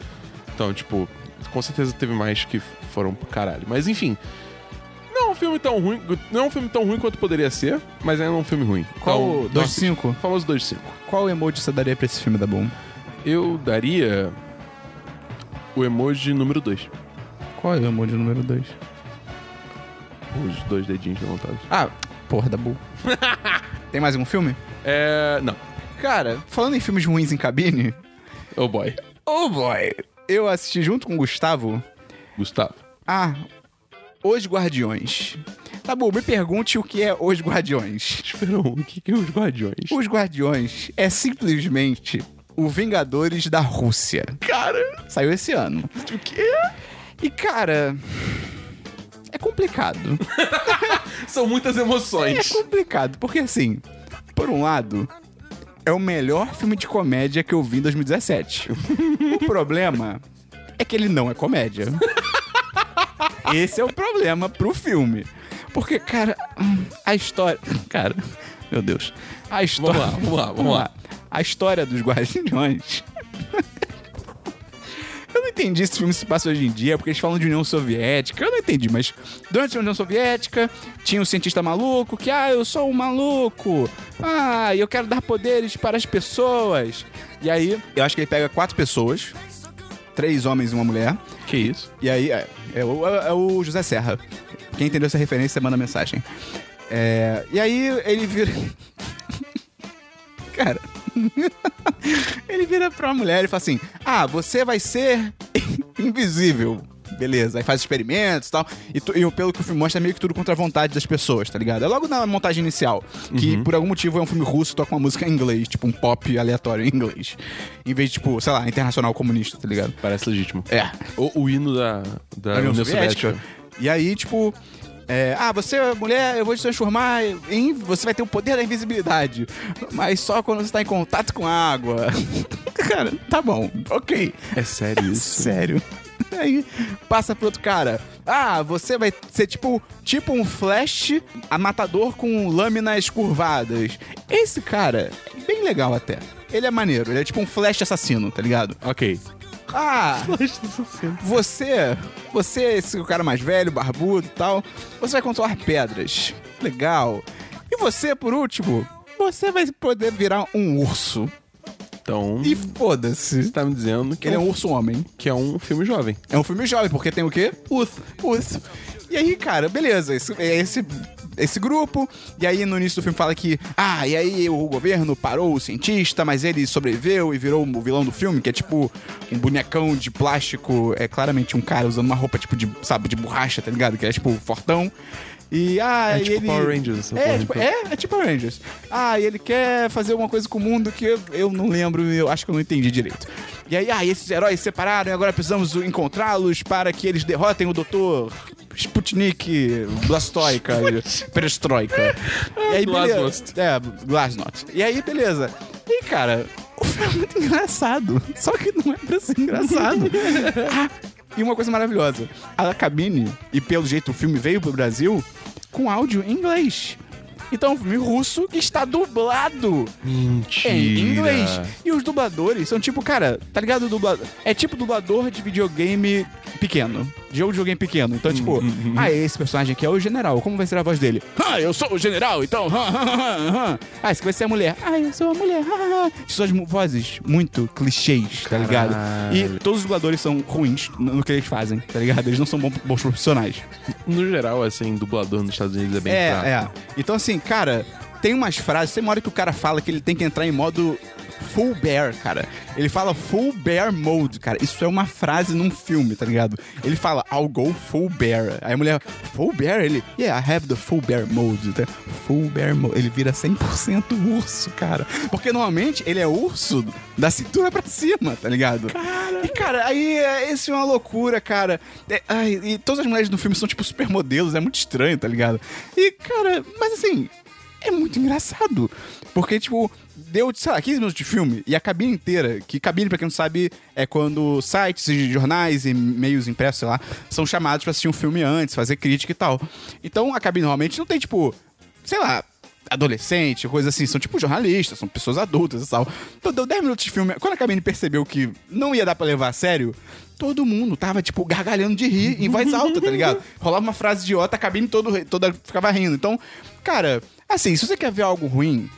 [SPEAKER 2] Então, tipo, com certeza teve mais que foram pro caralho. Mas enfim. Não é um filme tão ruim. Não é um filme tão ruim quanto poderia ser, mas ainda é um filme ruim.
[SPEAKER 1] Qual-
[SPEAKER 2] Então, não
[SPEAKER 1] 2,5?
[SPEAKER 2] assiste. Famoso 2,5.
[SPEAKER 1] Qual emoji você daria pra esse filme, Dabu?
[SPEAKER 2] Eu daria o emoji número 2.
[SPEAKER 1] Qual é o emoji número 2?
[SPEAKER 2] Os dois dedinhos levantados.
[SPEAKER 1] Ah, porra, Dabu. [laughs] tem mais algum filme?
[SPEAKER 2] É. Não.
[SPEAKER 1] Cara, falando em filmes ruins em cabine,
[SPEAKER 2] Oh boy.
[SPEAKER 1] oh boy, eu assisti junto com o Gustavo
[SPEAKER 2] Gustavo.
[SPEAKER 1] Ah, Os Guardiões. Tá bom, me pergunte o que é Os Guardiões.
[SPEAKER 2] Espera um, o que, que é os guardiões?
[SPEAKER 1] Os Guardiões é simplesmente o Vingadores da Rússia.
[SPEAKER 2] cara!
[SPEAKER 1] Saiu esse ano.
[SPEAKER 2] O quê?
[SPEAKER 1] E, cara. É
[SPEAKER 2] [laughs]
[SPEAKER 1] complicado.
[SPEAKER 2] São muitas
[SPEAKER 1] É
[SPEAKER 2] emoções.
[SPEAKER 1] complicado, porque assim, por um lado, é o melhor filme de comédia que eu vi em
[SPEAKER 2] [laughs]
[SPEAKER 1] 2017. o problema é que ele não é comédia. Esse é o problema pro filme. Porque, cara, a história. Cara, meu Deus. A história.
[SPEAKER 2] lá, vamos lá, vamos lá.
[SPEAKER 1] A história dos Guardiões. Eu não entendi esse filme se passa hoje em dia, porque eles falam de União Soviética. Eu não entendi, mas durante a União Soviética tinha um cientista maluco que, ah, eu sou um maluco. Ah, eu quero dar poderes para as pessoas. E aí, eu acho que ele pega quatro pessoas, três homens e uma mulher.
[SPEAKER 2] Que isso?
[SPEAKER 1] E aí, é, é o, é o José Serra. Quem entendeu essa referência, manda mensagem. [laughs] É, e aí, ele vira. Cara. [laughs] Ele vira pra uma mulher e fala assim: Ah, você vai ser [laughs] invisível. Beleza, aí faz experimentos e tal. E, tu- e pelo que o filme mostra, é meio que tudo contra a vontade das pessoas, tá ligado? É logo na montagem inicial, que por algum motivo é um filme russo e toca uma música em inglês, tipo um pop aleatório em inglês. Em vez de, tipo, sei lá, internacional comunista, tá ligado?
[SPEAKER 2] Parece legítimo.
[SPEAKER 1] É,
[SPEAKER 2] O, o hino da, da
[SPEAKER 1] da
[SPEAKER 2] União Soviética.
[SPEAKER 1] E aí, tipo. é, ah, você é mulher, eu vou te transformar em. Você vai ter o poder da invisibilidade. Mas só quando você tá em contato com a água. [laughs] cara, tá bom, ok.
[SPEAKER 2] É sério isso?
[SPEAKER 1] [laughs] Sério. Aí passa pro outro cara. Ah, você vai ser tipo, tipo um flash a matador com lâminas curvadas. Esse cara é bem legal até. Ele é maneiro, ele é tipo um flash assassino, tá ligado?
[SPEAKER 2] ok.
[SPEAKER 1] Ah, você, você, é esse cara mais velho, barbudo e tal, você vai controlar pedras. Legal. E você, por último, você vai poder virar um urso.
[SPEAKER 2] Então,
[SPEAKER 1] E foda-se.
[SPEAKER 2] você tá me dizendo que
[SPEAKER 1] Ele
[SPEAKER 2] é,
[SPEAKER 1] é
[SPEAKER 2] um,
[SPEAKER 1] um urso homem.
[SPEAKER 2] que é um filme jovem.
[SPEAKER 1] É um filme jovem, porque tem o quê? Urso. Urso. E aí, cara, beleza, esse, é esse, esse grupo. E aí, no início do filme, fala que. Ah, e aí o governo parou o cientista, mas ele sobreviveu e virou o vilão do filme, que é tipo um bonecão de plástico. É claramente um cara usando uma roupa, tipo, de, sabe, de borracha, tá ligado? Que é tipo fortão. E, ah,
[SPEAKER 2] É
[SPEAKER 1] e
[SPEAKER 2] tipo
[SPEAKER 1] ele...
[SPEAKER 2] Power Rangers, essa
[SPEAKER 1] É,
[SPEAKER 2] porra,
[SPEAKER 1] tipo,
[SPEAKER 2] então.
[SPEAKER 1] é, é tipo Power Rangers. Ah, e ele quer fazer uma coisa com o mundo que eu, eu não lembro, eu acho que eu não entendi direito. E aí, ah, esses heróis se separaram e agora precisamos encontrá-los para que eles derrotem o Dr. Sputnik Blastoica, Perestroika. e aí, beleza.
[SPEAKER 2] Glasnost.
[SPEAKER 1] É, Glasnost. E aí, beleza. E, cara, o filme é muito engraçado. Só que não é pra ser engraçado. Ah, e uma coisa maravilhosa. A cabine, e pelo jeito o filme veio pro Brasil, com áudio em inglês. Então, é um filme russo que está dublado
[SPEAKER 2] Mentira.
[SPEAKER 1] É, em inglês. E os dubladores são tipo, cara, tá ligado? Dubla... É tipo dublador de videogame pequeno. De jogo de videogame pequeno. Então, tipo, ah, esse personagem aqui é o general. Como vai ser a voz dele? Ah, eu sou o general, então. hã, hã, hã, hã, hã. Ah, esse aqui vai ser a mulher. Ah, eu sou a mulher. hã, hã, hã. São as mu- vozes muito clichês, tá ligado? E todos os dubladores são ruins no que eles fazem, tá ligado? Eles não são bom- bons profissionais.
[SPEAKER 2] No geral, assim, dublador nos Estados Unidos é bem
[SPEAKER 1] É,
[SPEAKER 2] fraco.
[SPEAKER 1] é. Então, assim, cara, tem umas frases, tem uma hora que o cara fala que ele tem que entrar em modo full bear, cara. Ele fala full bear mode, cara. Isso é uma frase num filme, tá ligado? Ele fala, I'll go full bear. Aí a mulher, full bear? Ele, yeah, I have the full bear mode. tá? Full bear mode. Ele vira 100% urso, cara. Porque normalmente ele é urso da cintura pra cima, tá ligado? E, cara, aí é, esse é uma loucura, cara. É, ai, e todas as mulheres do filme são, tipo, supermodelos. É muito estranho, tá ligado? E, cara, mas assim, é muito engraçado. Porque, tipo, deu, sei lá, 15 minutos de filme e a cabine inteira, que cabine, pra quem não sabe, é quando sites, e jornais e meios impressos, sei lá, são chamados pra assistir um filme antes, fazer crítica e tal. Então, a cabine normalmente não tem, tipo, sei lá, adolescente, coisa assim. São tipo jornalistas, são pessoas adultas e tal. Então deu 10 minutos de filme. Quando a cabine percebeu que não ia dar pra levar a sério, todo mundo tava, tipo, gargalhando de rir em voz alta, tá ligado? Rolava uma frase idiota, a cabine todo, toda ficava rindo. Então, cara, assim, se você quer ver algo ruim.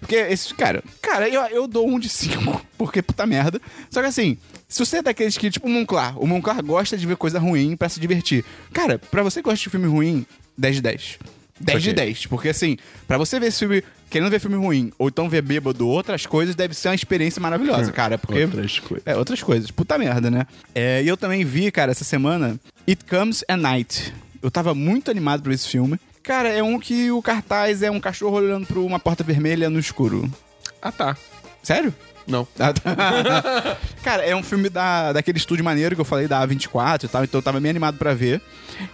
[SPEAKER 1] Porque esse, cara, cara, eu, eu dou um de cinco, [laughs] porque puta merda. Só que assim, se você é daqueles que, tipo, o Monclar, o Monclar gosta de ver coisa ruim pra se divertir. Cara, pra você que gosta de filme ruim, 10 de 10. 10 de
[SPEAKER 2] Ok.
[SPEAKER 1] 10, porque assim, pra você ver esse filme, querendo ver filme ruim, ou então ver bêbado outras coisas, deve ser uma experiência maravilhosa, cara, porque...
[SPEAKER 2] É, Outras coisas.
[SPEAKER 1] É, outras coisas, puta merda, né? É, e eu também vi, cara, essa semana, It Comes at Night. Eu tava muito animado pra esse filme. Cara, é um que o cartaz é um cachorro olhando pra uma porta vermelha no escuro.
[SPEAKER 2] Ah, tá.
[SPEAKER 1] Sério? [laughs]
[SPEAKER 2] Não.
[SPEAKER 1] Ah, tá. Cara, é um filme da, daquele estúdio maneiro que eu falei, da A24 e tal, então eu tava meio animado pra ver.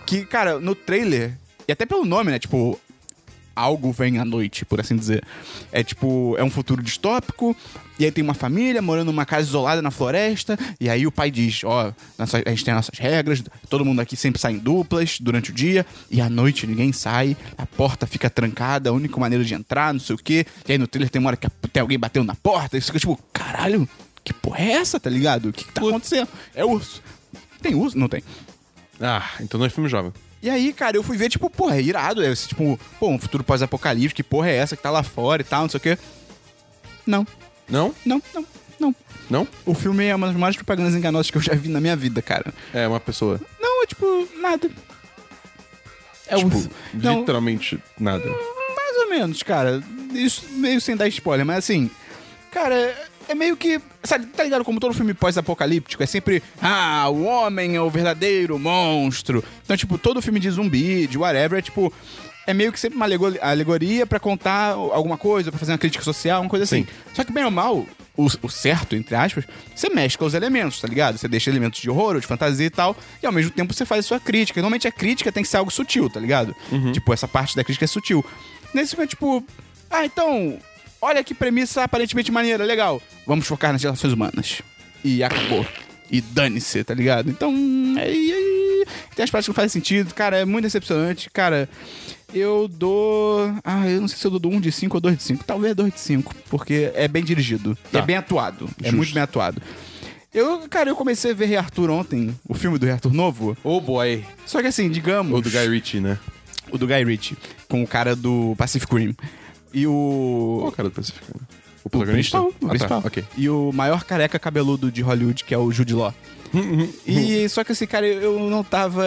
[SPEAKER 1] Que, cara, no trailer, e até pelo nome, né? Tipo, algo vem à noite, por assim dizer. É tipo, é um futuro distópico, e aí tem uma família morando numa casa isolada na floresta, e aí o pai diz, ó, nossa- a gente tem nossas regras, todo mundo aqui sempre sai em duplas durante o dia, e à noite ninguém sai, a porta fica trancada, a única maneira de entrar, não sei o quê. E aí no trailer tem uma hora que até alguém bateu na porta, e você fica tipo, caralho, que porra é essa, tá ligado? O que, que tá acontecendo? É urso. Tem urso? Não tem.
[SPEAKER 2] Ah, então não é filme jovem.
[SPEAKER 1] E aí, cara, eu fui ver, tipo, porra, é irado. É esse, tipo, pô, um futuro pós-apocalíptico, que porra é essa que tá lá fora e tal, não sei o quê. Não,
[SPEAKER 2] Não?
[SPEAKER 1] não, não, não.
[SPEAKER 2] Não?
[SPEAKER 1] O filme é uma das maiores propagandas enganosas que eu já vi na minha vida, cara.
[SPEAKER 2] É uma pessoa.
[SPEAKER 1] Não, é tipo, nada. É um.
[SPEAKER 2] tipo,
[SPEAKER 1] Não,
[SPEAKER 2] literalmente nada.
[SPEAKER 1] mais ou menos, cara. Isso meio sem dar spoiler, mas assim. Cara, é meio que. Sabe, tá ligado? Como todo filme pós-apocalíptico, é sempre. Ah, o homem é o verdadeiro monstro. Então, tipo, todo filme de zumbi, de whatever, é tipo. É meio que sempre uma alego- alegoria pra contar alguma coisa, pra fazer uma crítica social, uma coisa assim. Só que, bem ou mal, o, o certo, entre aspas, você mescla os elementos, tá ligado? Você deixa elementos de horror, ou de fantasia e tal, e ao mesmo tempo você faz a sua crítica. Normalmente a crítica tem que ser algo sutil, tá ligado? Tipo, essa parte da crítica é sutil. Nesse filme é tipo. Ah, então, olha que premissa aparentemente maneira, legal. Vamos focar nas relações humanas. E acabou. E dane-se, tá ligado? Então, é, é- é- tem as partes que não fazem sentido, cara, é muito decepcionante, cara. Eu dou. Ah, eu não sei se eu dou 1 de 5 ou 2 de 5. Talvez 2 de 5, porque é bem dirigido.
[SPEAKER 2] Tá.
[SPEAKER 1] É bem atuado. É muito bem atuado. Eu, cara, eu comecei a ver Rei Arthur ontem, o filme do Rei Arthur novo.
[SPEAKER 2] Oh boy.
[SPEAKER 1] Só que assim, digamos.
[SPEAKER 2] Ou do Guy Ritchie, né?
[SPEAKER 1] O do Guy Ritchie, com o cara do Pacific Rim. E o.
[SPEAKER 2] Qual o cara do Pacific Rim? O
[SPEAKER 1] O
[SPEAKER 2] protagonista?
[SPEAKER 1] principal, o
[SPEAKER 2] Ah,
[SPEAKER 1] principal.
[SPEAKER 2] Tá. Ok.
[SPEAKER 1] E o maior careca cabeludo de Hollywood, que é o Jude
[SPEAKER 2] [laughs]
[SPEAKER 1] Law. e só que assim, cara, eu não tava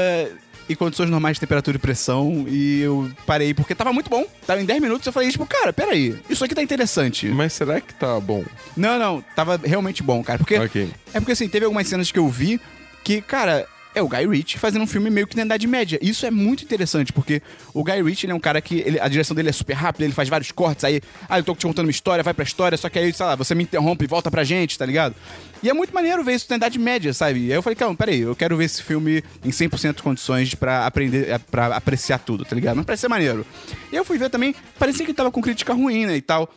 [SPEAKER 1] em condições normais de temperatura e pressão e eu parei porque tava muito bom. Tava em 10 minutos, eu falei tipo, cara, peraí, isso aqui tá interessante.
[SPEAKER 2] Mas será que tá bom?
[SPEAKER 1] Não, não, tava realmente bom, cara, porque
[SPEAKER 2] Ok.
[SPEAKER 1] é porque assim, teve algumas cenas que eu vi que, cara, é o Guy Ritchie fazendo um filme meio que na Idade Média. Isso é muito interessante, porque o Guy Ritchie ele é um cara que ele- a direção dele é super rápida, ele faz vários cortes, aí, ah, eu tô te contando uma história, vai pra história, só que aí, sei lá, você me interrompe e volta pra gente, tá ligado? E é muito maneiro ver isso na Idade Média, sabe? E aí eu falei, calma, peraí, eu quero ver esse filme em 100% de condições pra aprender, é, pra apreciar tudo, tá ligado? Mas parece ser maneiro. E eu fui ver também, parecia que tava com crítica ruim, né, e tal.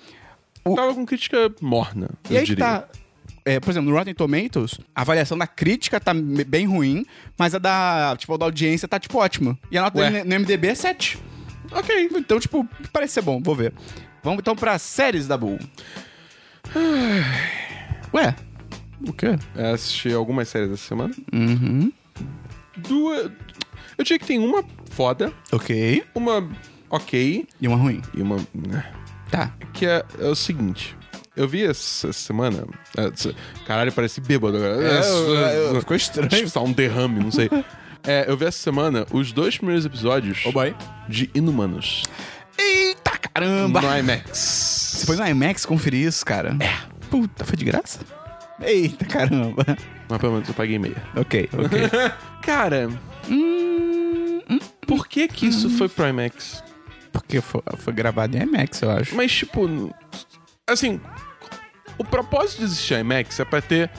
[SPEAKER 2] Tava com crítica morna,
[SPEAKER 1] E
[SPEAKER 2] eu
[SPEAKER 1] aí que
[SPEAKER 2] diria.
[SPEAKER 1] tá. É, por exemplo, no Rotten Tomatoes, a avaliação da crítica tá me- bem ruim, mas a da, tipo, a da audiência tá, tipo, ótima. E a nota
[SPEAKER 2] Ué.
[SPEAKER 1] dele no MDB é 7. Ok. Então, tipo, parece ser bom, vou ver. Vamos então pra séries da Bull. [sighs] Ué,
[SPEAKER 2] O quê? É, assisti algumas séries essa semana. Uhum. Duas... Eu diria que tem uma foda,
[SPEAKER 1] ok.
[SPEAKER 2] uma ok
[SPEAKER 1] E uma ruim.
[SPEAKER 2] e uma... né?
[SPEAKER 1] Tá.
[SPEAKER 2] Que é, é o seguinte... Eu vi essa semana... é, essa- Caralho, parece bêbado agora.
[SPEAKER 1] É, ficou
[SPEAKER 2] Acho
[SPEAKER 1] estranho.
[SPEAKER 2] que tá um derrame, não sei. É, eu vi essa semana os dois primeiros episódios de Inumanos.
[SPEAKER 1] Eita caramba!
[SPEAKER 2] No IMAX.
[SPEAKER 1] Você foi no IMAX conferir isso, cara? É. Puta, foi de graça? Eita caramba.
[SPEAKER 2] Mas pelo menos eu paguei meia.
[SPEAKER 1] Ok, ok. [laughs]
[SPEAKER 2] Cara, hum, por que que isso
[SPEAKER 1] Hum.
[SPEAKER 2] foi pro IMAX?
[SPEAKER 1] Porque foi, foi gravado em IMAX, eu acho.
[SPEAKER 2] Mas, tipo, n- assim, o propósito de existir IMAX é pra ter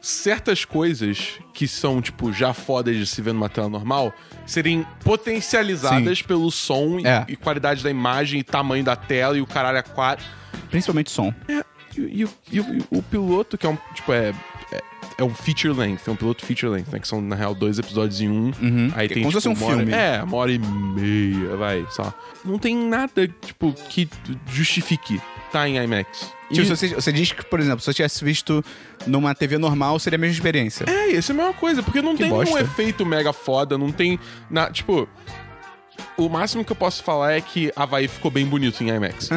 [SPEAKER 2] certas coisas que são, tipo, já fodas de se ver numa tela normal, serem potencializadas pelo som e-
[SPEAKER 1] É.
[SPEAKER 2] e, qualidade da imagem e tamanho da tela e o caralho a quatro.
[SPEAKER 1] Principalmente som. Tipo,
[SPEAKER 2] É, e, e o- e o- e o piloto, que é um. Tipo, é. é- é um feature length, é um piloto feature length, né? Que são, na real, dois episódios em um. Aí tem,
[SPEAKER 1] como se
[SPEAKER 2] tipo,
[SPEAKER 1] fosse um
[SPEAKER 2] uma hora-
[SPEAKER 1] filme.
[SPEAKER 2] é, uma hora e meia, vai, só. Não tem nada, tipo, que justifique tá em IMAX. E-
[SPEAKER 1] Tipo, se você, você diz que, por exemplo, se eu tivesse visto numa TV normal, seria a mesma experiência.
[SPEAKER 2] É, isso é a mesma coisa, porque não tem nenhum
[SPEAKER 1] bosta.
[SPEAKER 2] efeito mega foda, não tem. Na, tipo. O máximo que eu posso falar é que Havaí ficou bem bonito em
[SPEAKER 1] [laughs]
[SPEAKER 2] IMAX.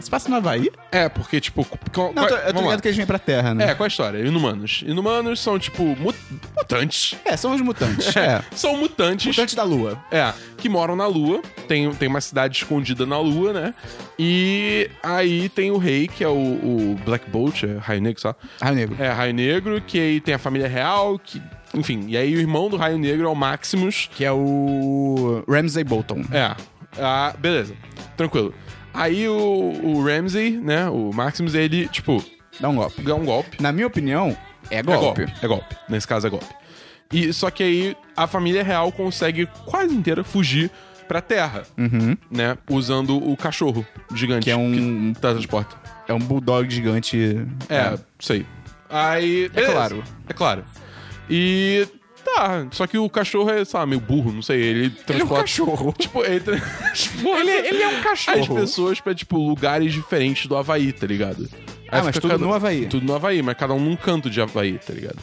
[SPEAKER 1] você passa no Havaí?
[SPEAKER 2] é, porque, tipo. com-
[SPEAKER 1] Não, eu tô, eu tô
[SPEAKER 2] vamos lá.
[SPEAKER 1] ligado que eles vêm pra Terra, né?
[SPEAKER 2] É, qual a história? Inumanos. Inumanos são, tipo, mu- mutantes.
[SPEAKER 1] É, são os mutantes. é.
[SPEAKER 2] São mutantes.
[SPEAKER 1] Mutantes da Lua.
[SPEAKER 2] É, que moram na Lua. Tem, tem uma cidade escondida na Lua, né? E aí tem o rei, que é o, o Black Bolt, é Raio Negro, sabe?
[SPEAKER 1] Raio Negro.
[SPEAKER 2] É, Raio Negro, que aí tem a família real, que. Enfim, e aí o irmão do Raio Negro é o Maximus.
[SPEAKER 1] Que é o Ramsay Bolton.
[SPEAKER 2] É. Ah, beleza. Tranquilo. Aí o, o Ramsey, né? O Maximus, ele, tipo,
[SPEAKER 1] Dá um golpe.
[SPEAKER 2] dá um golpe.
[SPEAKER 1] Na minha opinião, é
[SPEAKER 2] É
[SPEAKER 1] golpe.
[SPEAKER 2] golpe. É golpe. Nesse caso é golpe. E só que aí a família real consegue quase inteira fugir pra terra, né? Usando o cachorro gigante
[SPEAKER 1] Uhum. Que é um-
[SPEAKER 2] que transporta.
[SPEAKER 1] É um bulldog gigante.
[SPEAKER 2] É, isso aí. Aí, beleza.
[SPEAKER 1] claro.
[SPEAKER 2] É claro. E tá, só que o cachorro é, sabe, meio burro, não sei, ele transporta
[SPEAKER 1] é um cachorro.
[SPEAKER 2] Tipo, ele, [laughs] transporta
[SPEAKER 1] Ele- ele é um cachorro.
[SPEAKER 2] As pessoas pra, tipo, lugares diferentes do Havaí, tá ligado?
[SPEAKER 1] Ah,
[SPEAKER 2] Aí
[SPEAKER 1] mas
[SPEAKER 2] fica
[SPEAKER 1] tudo no Havaí.
[SPEAKER 2] Tudo no Havaí, mas cada um num canto de Havaí, tá ligado?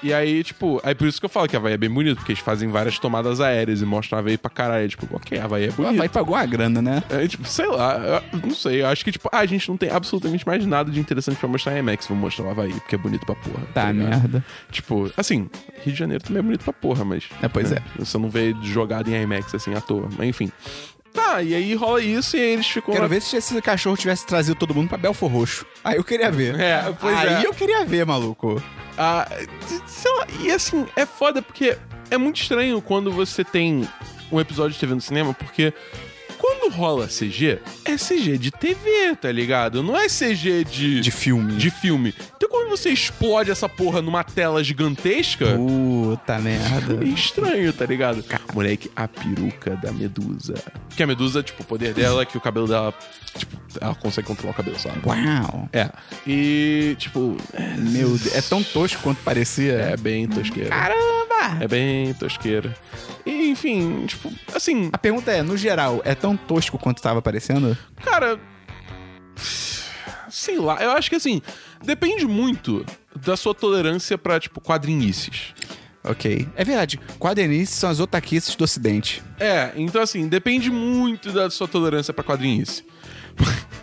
[SPEAKER 2] E aí, tipo, aí por isso que eu falo que Havaí é bem bonito, porque eles fazem várias tomadas aéreas e mostram Havaí pra caralho. Tipo, ok, Havaí é bonito.
[SPEAKER 1] Vai pagou a grana, né?
[SPEAKER 2] É, tipo, sei lá, eu não sei. Eu acho que, tipo, ah, a gente não tem absolutamente mais nada de interessante pra mostrar em IMAX. Vou mostrar o Havaí, porque é bonito pra porra.
[SPEAKER 1] Tá,
[SPEAKER 2] ligado?
[SPEAKER 1] merda.
[SPEAKER 2] Tipo, assim, Rio de Janeiro também é bonito pra porra, mas.
[SPEAKER 1] É, pois
[SPEAKER 2] né, Você não vê jogado em IMAX assim à toa, mas enfim. Tá, e aí rola isso e aí eles ficam.
[SPEAKER 1] Quero
[SPEAKER 2] lá-
[SPEAKER 1] ver se esse cachorro tivesse trazido todo mundo pra Belfor Roxo. Aí eu queria ver.
[SPEAKER 2] É, pois
[SPEAKER 1] Aí
[SPEAKER 2] é.
[SPEAKER 1] eu queria ver, maluco.
[SPEAKER 2] Ah, t- sei lá, e assim, é foda porque é muito estranho quando você tem um episódio de TV no cinema, porque quando rola CG, é CG de TV, tá ligado? Não é CG de,
[SPEAKER 1] De
[SPEAKER 2] de,
[SPEAKER 1] filme.
[SPEAKER 2] filme. Então quando você explode essa porra numa tela gigantesca.
[SPEAKER 1] Puta merda.
[SPEAKER 2] é Estranho, tá ligado? Moleque, a peruca da Medusa. Porque a Medusa, tipo, o poder dela é que o cabelo dela, tipo, ela consegue controlar o cabelo, sabe?
[SPEAKER 1] Uau.
[SPEAKER 2] É. E, tipo, é,
[SPEAKER 1] Meu Deus. É tão tosco quanto parecia.
[SPEAKER 2] é bem tosqueira.
[SPEAKER 1] Caramba!
[SPEAKER 2] É bem tosqueira. E, enfim, tipo, assim,
[SPEAKER 1] A pergunta é, no geral, é tão tosco quanto tava parecendo?
[SPEAKER 2] cara. Sei lá, eu acho que assim, depende muito da sua tolerância pra, tipo, quadrinhices.
[SPEAKER 1] Ok. É verdade. Quadernices são as otaquices do ocidente.
[SPEAKER 2] É, então assim, depende muito da sua tolerância pra quadrinhice. [laughs]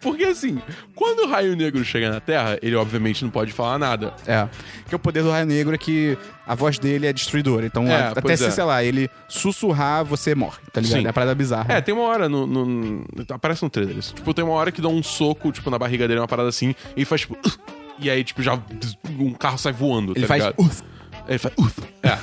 [SPEAKER 2] Porque assim, quando o raio negro chega na Terra, ele obviamente não pode falar nada.
[SPEAKER 1] É. Que o poder do Raio Negro é que a voz dele é destruidora. Então,
[SPEAKER 2] É,
[SPEAKER 1] a- até
[SPEAKER 2] pois
[SPEAKER 1] se,
[SPEAKER 2] é.
[SPEAKER 1] sei lá, ele sussurrar, você morre, tá ligado?
[SPEAKER 2] Sim.
[SPEAKER 1] É a parada bizarra.
[SPEAKER 2] É, tem uma hora no. no- aparece no trailer isso. Tipo, tem uma hora que dá um soco, tipo, na barriga dele, uma parada assim, e faz tipo. E aí, tipo, já. Um carro sai voando,
[SPEAKER 1] Ele [laughs]
[SPEAKER 2] tá
[SPEAKER 1] faz. uh.
[SPEAKER 2] ligado?
[SPEAKER 1] "Uf",
[SPEAKER 2] Ele faz. "Uf". É.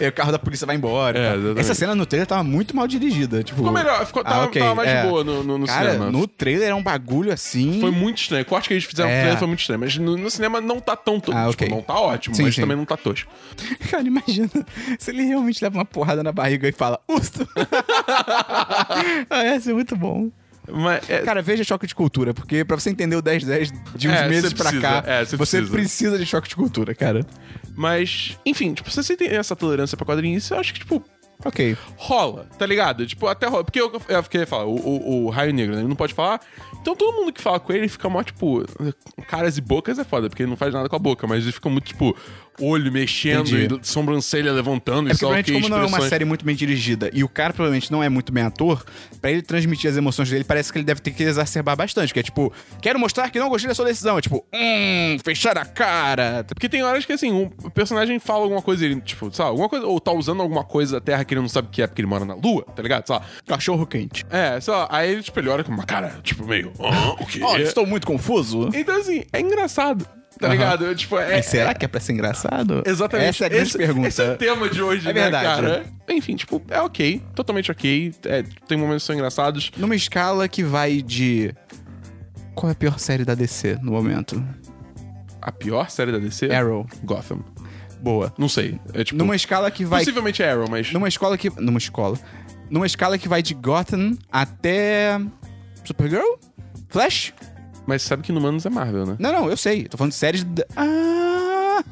[SPEAKER 1] e aí o carro da polícia vai embora.
[SPEAKER 2] É,
[SPEAKER 1] tá?
[SPEAKER 2] exatamente.
[SPEAKER 1] Essa cena no trailer tava muito mal dirigida. Tipo...
[SPEAKER 2] Ficou melhor, ficou, tava,
[SPEAKER 1] ok,
[SPEAKER 2] tava mais
[SPEAKER 1] é.
[SPEAKER 2] boa no, no, no
[SPEAKER 1] Cara,
[SPEAKER 2] cinema.
[SPEAKER 1] no trailer é um bagulho assim.
[SPEAKER 2] Foi muito estranho. O corte que eles fizeram
[SPEAKER 1] É.
[SPEAKER 2] no trailer foi muito estranho. Mas no, no cinema não tá tão tosco.
[SPEAKER 1] Ah,
[SPEAKER 2] Tipo,
[SPEAKER 1] ok.
[SPEAKER 2] não tá ótimo,
[SPEAKER 1] Sim,
[SPEAKER 2] mas
[SPEAKER 1] sim.
[SPEAKER 2] também não tá tosco.
[SPEAKER 1] [laughs] Cara, imagina se ele realmente leva uma porrada na barriga e fala, usto! [laughs] ah, ia ser muito bom.
[SPEAKER 2] Mas, é,
[SPEAKER 1] Cara, veja choque de cultura, porque pra você entender o 10-10 de uns
[SPEAKER 2] É,
[SPEAKER 1] meses
[SPEAKER 2] você
[SPEAKER 1] pra
[SPEAKER 2] precisa,
[SPEAKER 1] cá,
[SPEAKER 2] é,
[SPEAKER 1] você,
[SPEAKER 2] você
[SPEAKER 1] precisa.
[SPEAKER 2] precisa.
[SPEAKER 1] de choque de cultura, cara.
[SPEAKER 2] mas, enfim, tipo, se você tem essa tolerância pra quadrinhos, eu acho que, tipo,
[SPEAKER 1] Ok.
[SPEAKER 2] rola, tá ligado? Tipo, até rola. Porque eu, eu fiquei falar, o, o- o raio negro, né? Ele não pode falar. Então todo mundo que fala com ele fica mó, tipo, caras e bocas é foda, porque ele não faz nada com a boca, mas ele fica muito, tipo, olho mexendo,
[SPEAKER 1] Entendi.
[SPEAKER 2] e sobrancelha levantando
[SPEAKER 1] É
[SPEAKER 2] e
[SPEAKER 1] porque,
[SPEAKER 2] tal.
[SPEAKER 1] provavelmente, como não é uma série muito bem dirigida e o cara provavelmente não é muito bem ator, pra ele transmitir as emoções dele, parece que ele deve ter que exacerbar bastante. Que é tipo, quero mostrar que não gostei da sua decisão. É tipo, hum, fechar a cara.
[SPEAKER 2] Porque tem horas que, assim, um- o personagem fala alguma coisa, ele, tipo, sabe, alguma coisa, ou tá usando alguma coisa da Terra que ele não sabe o que é, porque ele mora na Lua, tá ligado? Sabe?
[SPEAKER 1] Cachorro quente.
[SPEAKER 2] É, só, aí ele, tipo, ele olha com uma cara, tipo, meio, ah, o quê?
[SPEAKER 1] Olha, estou muito confuso.
[SPEAKER 2] Então, assim, é engraçado, tá
[SPEAKER 1] Aham.
[SPEAKER 2] ligado? Tipo, é,
[SPEAKER 1] Mas será que é pra ser engraçado?
[SPEAKER 2] Exatamente.
[SPEAKER 1] Essa é a grande
[SPEAKER 2] esse,
[SPEAKER 1] pergunta.
[SPEAKER 2] Esse é o tema de hoje,
[SPEAKER 1] É
[SPEAKER 2] né,
[SPEAKER 1] verdade.
[SPEAKER 2] cara? Enfim, tipo, é ok. Totalmente ok. É, tem momentos que são engraçados.
[SPEAKER 1] Numa escala que vai de. Qual é a pior série da DC no momento?
[SPEAKER 2] A pior série da DC?
[SPEAKER 1] Arrow.
[SPEAKER 2] Gotham.
[SPEAKER 1] Boa.
[SPEAKER 2] Não sei. É tipo...
[SPEAKER 1] Numa escala que vai.
[SPEAKER 2] Possivelmente é Arrow, mas...
[SPEAKER 1] Numa escola que. Numa escola. Numa escala que vai de Gotham até. Supergirl? Flash?
[SPEAKER 2] Mas sabe que no Manos é Marvel, né?
[SPEAKER 1] Não, não, eu sei. Tô falando de séries. da-
[SPEAKER 2] [laughs]
[SPEAKER 1] Ah!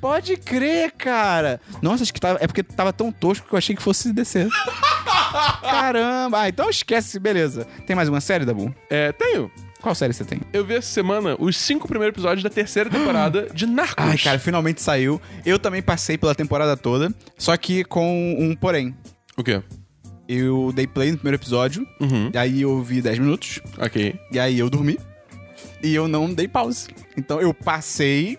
[SPEAKER 1] pode crer, cara! Nossa, acho que tava. É porque tava tão tosco que eu achei que fosse
[SPEAKER 2] [laughs]
[SPEAKER 1] descer. Caramba! Ah, então esquece, beleza. Tem mais uma série, Dabu?
[SPEAKER 2] É, tenho.
[SPEAKER 1] Qual série você tem?
[SPEAKER 2] Eu vi essa semana os cinco primeiros episódios da terceira temporada de Narcos.
[SPEAKER 1] Ai, cara, finalmente saiu. Eu também passei pela temporada toda, só que com um porém.
[SPEAKER 2] O quê?
[SPEAKER 1] Eu dei play no primeiro episódio,
[SPEAKER 2] Uhum.
[SPEAKER 1] e aí eu vi 10 minutos,
[SPEAKER 2] Ok.
[SPEAKER 1] e aí eu dormi, e eu não dei pause. Então eu passei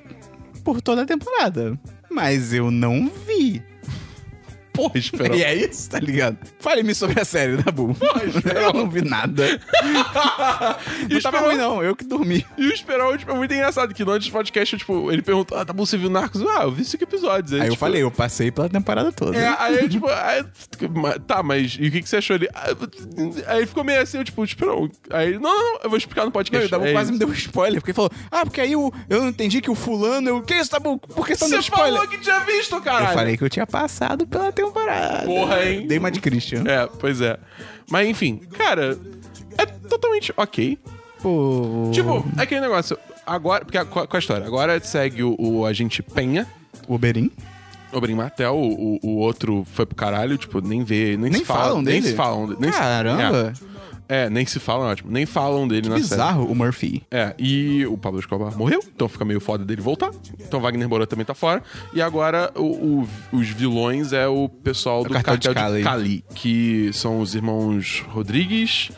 [SPEAKER 1] por toda a temporada, mas eu não vi. [laughs]
[SPEAKER 2] Porra, espera.
[SPEAKER 1] E é isso, tá ligado? Fale-me sobre a série,
[SPEAKER 2] [laughs]
[SPEAKER 1] Dabu. eu não vi nada. não tava
[SPEAKER 2] Esperou.
[SPEAKER 1] ruim, não. Eu que dormi.
[SPEAKER 2] E o Esperol, tipo, é muito engraçado, que no antes do podcast, tipo, ele perguntou, ah, tá bom, você viu Narcos? Ah, eu vi cinco episódios.
[SPEAKER 1] Aí eu
[SPEAKER 2] tipo,
[SPEAKER 1] falei, eu passei pela temporada toda.
[SPEAKER 2] É, aí eu, tipo, aí, ma- tá, mas e o que, que você achou ali? Ah, Aí ele ficou meio assim, eu, tipo, espera, um- aí, ele, não, não, não, eu vou explicar no
[SPEAKER 1] Não, e
[SPEAKER 2] podcast.
[SPEAKER 1] o Dabu
[SPEAKER 2] É
[SPEAKER 1] quase
[SPEAKER 2] isso.
[SPEAKER 1] me deu um spoiler, porque ele falou, ah, porque aí eu, eu não entendi que o fulano, eu, que isso, Dabu, por que você tá dando
[SPEAKER 2] Você
[SPEAKER 1] spoiler?
[SPEAKER 2] falou que tinha visto,
[SPEAKER 1] Eu
[SPEAKER 2] caralho.
[SPEAKER 1] falei que eu tinha passado pela temporada.
[SPEAKER 2] Porra, hein?
[SPEAKER 1] Dei uma de Christian.
[SPEAKER 2] É, pois é. Mas enfim, cara, é totalmente ok.
[SPEAKER 1] Pô...
[SPEAKER 2] Tipo, é aquele negócio, agora, porque a- qual qual a história? Agora segue o, o agente Penha,
[SPEAKER 1] O Oberin?
[SPEAKER 2] Tá o Brim Martel, o, o, o outro foi pro caralho, tipo, nem vê, nem,
[SPEAKER 1] Nem
[SPEAKER 2] se fala,
[SPEAKER 1] falam
[SPEAKER 2] Nem
[SPEAKER 1] dele?
[SPEAKER 2] se falam. nem se-
[SPEAKER 1] Caramba.
[SPEAKER 2] É. É, nem se falam, ótimo. Nem falam dele na série.
[SPEAKER 1] Bizarro, o Murphy.
[SPEAKER 2] É, e o Pablo Escobar morreu, então fica meio foda dele voltar. Então Wagner Moura também tá fora. E agora o- o- os vilões é o pessoal do
[SPEAKER 1] cartel
[SPEAKER 2] cartel,
[SPEAKER 1] de Cali.
[SPEAKER 2] de Cali, que são os irmãos Rodrigues,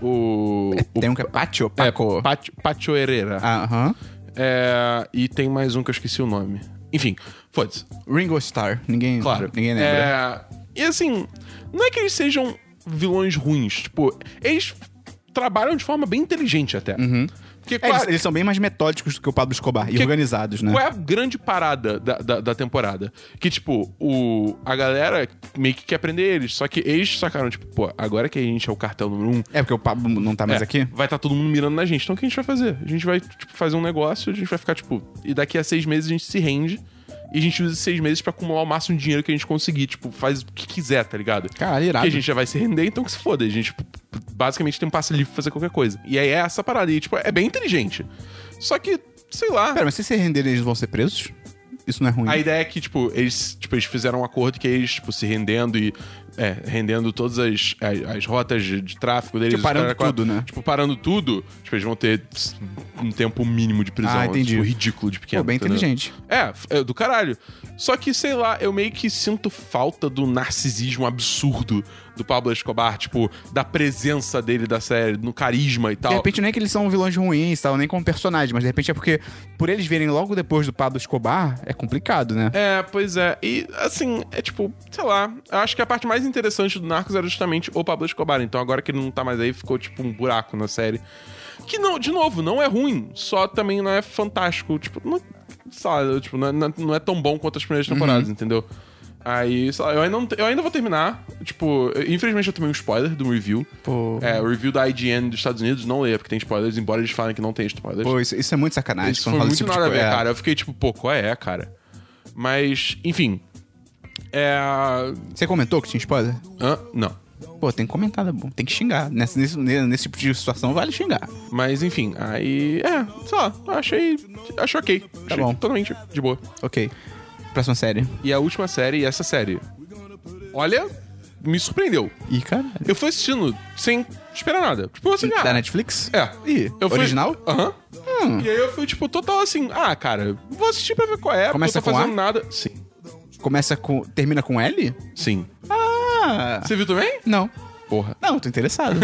[SPEAKER 2] o. o
[SPEAKER 1] Tem um que é Pacho?
[SPEAKER 2] é,
[SPEAKER 1] Paco? Ah.
[SPEAKER 2] Pacho, Pacho Herrera.
[SPEAKER 1] Aham.
[SPEAKER 2] É, e tem mais um que eu esqueci o nome. Enfim, foda-se.
[SPEAKER 1] Ringo Starr. Ninguém,
[SPEAKER 2] Claro.
[SPEAKER 1] ninguém lembra.
[SPEAKER 2] É, E assim, não é que eles sejam vilões ruins. Tipo, eles trabalham de forma bem inteligente até. Porque,
[SPEAKER 1] É, eles,
[SPEAKER 2] claro,
[SPEAKER 1] eles são bem mais metódicos do que o Pablo Escobar e
[SPEAKER 2] Que-
[SPEAKER 1] organizados, né?
[SPEAKER 2] Qual é a grande parada da, da, da temporada? Que, tipo, o, a galera meio que quer prender eles. Só que eles sacaram, tipo, pô, agora que a gente é o cartão número um,
[SPEAKER 1] É porque o Pablo não tá mais
[SPEAKER 2] é,
[SPEAKER 1] aqui?
[SPEAKER 2] Vai estar todo mundo mirando na gente. Então o que a gente vai fazer? A gente vai tipo, fazer um negócio, a gente vai ficar tipo. E daqui a seis meses a gente se rende e a gente usa esses seis meses pra acumular o máximo de dinheiro que a gente conseguir. Tipo, faz o que quiser, tá ligado?
[SPEAKER 1] Caralho, irado.
[SPEAKER 2] Porque a gente já vai se render, então que se foda. A gente tipo, basicamente tem um passe livre pra fazer qualquer coisa. E aí é essa parada. E tipo, é bem inteligente. Só que, sei lá.
[SPEAKER 1] Pera, mas se se renderem, eles vão ser presos? Isso não é ruim.
[SPEAKER 2] A ideia é que, tipo, eles, tipo, eles fizeram um acordo que eles, tipo, se rendendo e. É, rendendo todas as, as, as rotas de, de tráfego deles.
[SPEAKER 1] Tipo, parando
[SPEAKER 2] os caras-
[SPEAKER 1] tudo, né?
[SPEAKER 2] Tipo, parando tudo, tipo, eles vão ter ps, um tempo mínimo de prisão.
[SPEAKER 1] Ah, entendi.
[SPEAKER 2] Tipo, ridículo de pequeno.
[SPEAKER 1] Pô, bem
[SPEAKER 2] entendeu?
[SPEAKER 1] inteligente.
[SPEAKER 2] É, f- é do caralho. Só que, sei lá, eu meio que sinto falta do narcisismo absurdo do Pablo Escobar, tipo, da presença dele da série, no carisma e tal.
[SPEAKER 1] De repente não é que eles são vilões ruins, tal, nem como personagem, mas de repente é porque por eles verem logo depois do Pablo Escobar, é complicado, né?
[SPEAKER 2] É, pois é. E, assim, é tipo, sei lá. Eu acho que a parte mais interessante do Narcos era justamente o Pablo Escobar. Então, agora que ele não tá mais aí, ficou, tipo, um buraco na série. Que, não, de novo, não é ruim. Só também não é fantástico. Tipo, não, sei lá, eu, tipo, não, é- não é- não é tão bom quanto as primeiras
[SPEAKER 1] Uhum.
[SPEAKER 2] temporadas, entendeu? Aí, sei lá, eu ainda, não te- eu ainda vou terminar. Tipo, eu- infelizmente eu tomei um spoiler do review.
[SPEAKER 1] Pô.
[SPEAKER 2] É, o review da IGN dos Estados Unidos, não leia, porque tem spoilers, embora eles falem que não tem spoilers.
[SPEAKER 1] Pô, isso, isso é muito sacanagem.
[SPEAKER 2] Isso
[SPEAKER 1] quando
[SPEAKER 2] foi
[SPEAKER 1] fala
[SPEAKER 2] muito
[SPEAKER 1] esse tipo de
[SPEAKER 2] nada a ver,
[SPEAKER 1] coisa. É.
[SPEAKER 2] cara. Eu fiquei tipo, pô, qual é, cara? Mas, enfim. É.
[SPEAKER 1] Você comentou que tinha spoiler?
[SPEAKER 2] hã? Não.
[SPEAKER 1] Pô, tem que comentar, tá bom. Tem que xingar. Nesse, nesse, nesse tipo de situação, vale xingar.
[SPEAKER 2] Mas, enfim, aí. É, sei lá, eu achei. Achei ok. achei
[SPEAKER 1] Tá bom.
[SPEAKER 2] totalmente de boa.
[SPEAKER 1] Ok. Próxima série.
[SPEAKER 2] E a última série, e essa série. Olha, me surpreendeu.
[SPEAKER 1] Ih, caralho.
[SPEAKER 2] Eu fui assistindo sem esperar nada. Tipo assim,
[SPEAKER 1] Da
[SPEAKER 2] ah,
[SPEAKER 1] Netflix?
[SPEAKER 2] É.
[SPEAKER 1] Tá Ih,
[SPEAKER 2] eu fui-
[SPEAKER 1] original?
[SPEAKER 2] Aham.
[SPEAKER 1] Hum.
[SPEAKER 2] E aí eu fui, tipo, total assim, ah, cara, vou assistir pra ver qual é,
[SPEAKER 1] Começa
[SPEAKER 2] não tô
[SPEAKER 1] com
[SPEAKER 2] fazendo
[SPEAKER 1] A?
[SPEAKER 2] nada. Sim.
[SPEAKER 1] Começa com. Termina com L?
[SPEAKER 2] Sim.
[SPEAKER 1] Ah!
[SPEAKER 2] Você viu também?
[SPEAKER 1] Não.
[SPEAKER 2] Porra. [laughs]
[SPEAKER 1] Não, tô [laughs] interessado.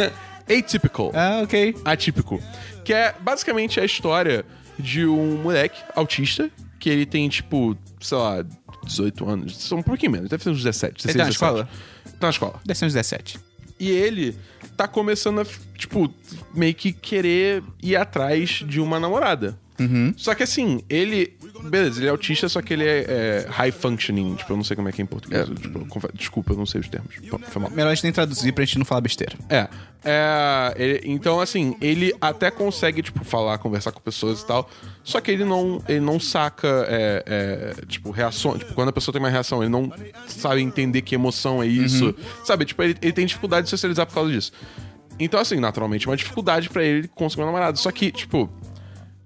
[SPEAKER 2] Atypical.
[SPEAKER 1] ah, ok.
[SPEAKER 2] atípico. Que é basicamente a história de um moleque autista que ele tem, tipo, sei lá, 18 anos. São um pouquinho menos, deve ser uns 17. 16,
[SPEAKER 1] Ele tá na
[SPEAKER 2] 17. Tá na escola.
[SPEAKER 1] Deve ser uns 17.
[SPEAKER 2] E ele tá começando a, tipo, meio que querer ir atrás de uma namorada.
[SPEAKER 1] Uhum.
[SPEAKER 2] Só que assim, ele. Beleza, ele é autista, só que ele é, é, high functioning. Tipo, eu não sei como é que é em português. eu, tipo, eu confe- desculpa, eu não sei os termos. Pô, Foi mal.
[SPEAKER 1] Melhor a gente nem traduzir pra gente não falar besteira.
[SPEAKER 2] É. É, ele- então, assim, ele até consegue, tipo, falar, conversar com pessoas e tal. Só que ele não, ele não saca, é, é, tipo, reações. Tipo, quando a pessoa tem uma reação, ele não sabe entender que emoção é isso. Sabe? Tipo, ele, ele tem dificuldade de socializar por causa disso. Então, assim, naturalmente, é uma dificuldade pra ele conseguir uma namorada. Só que, tipo,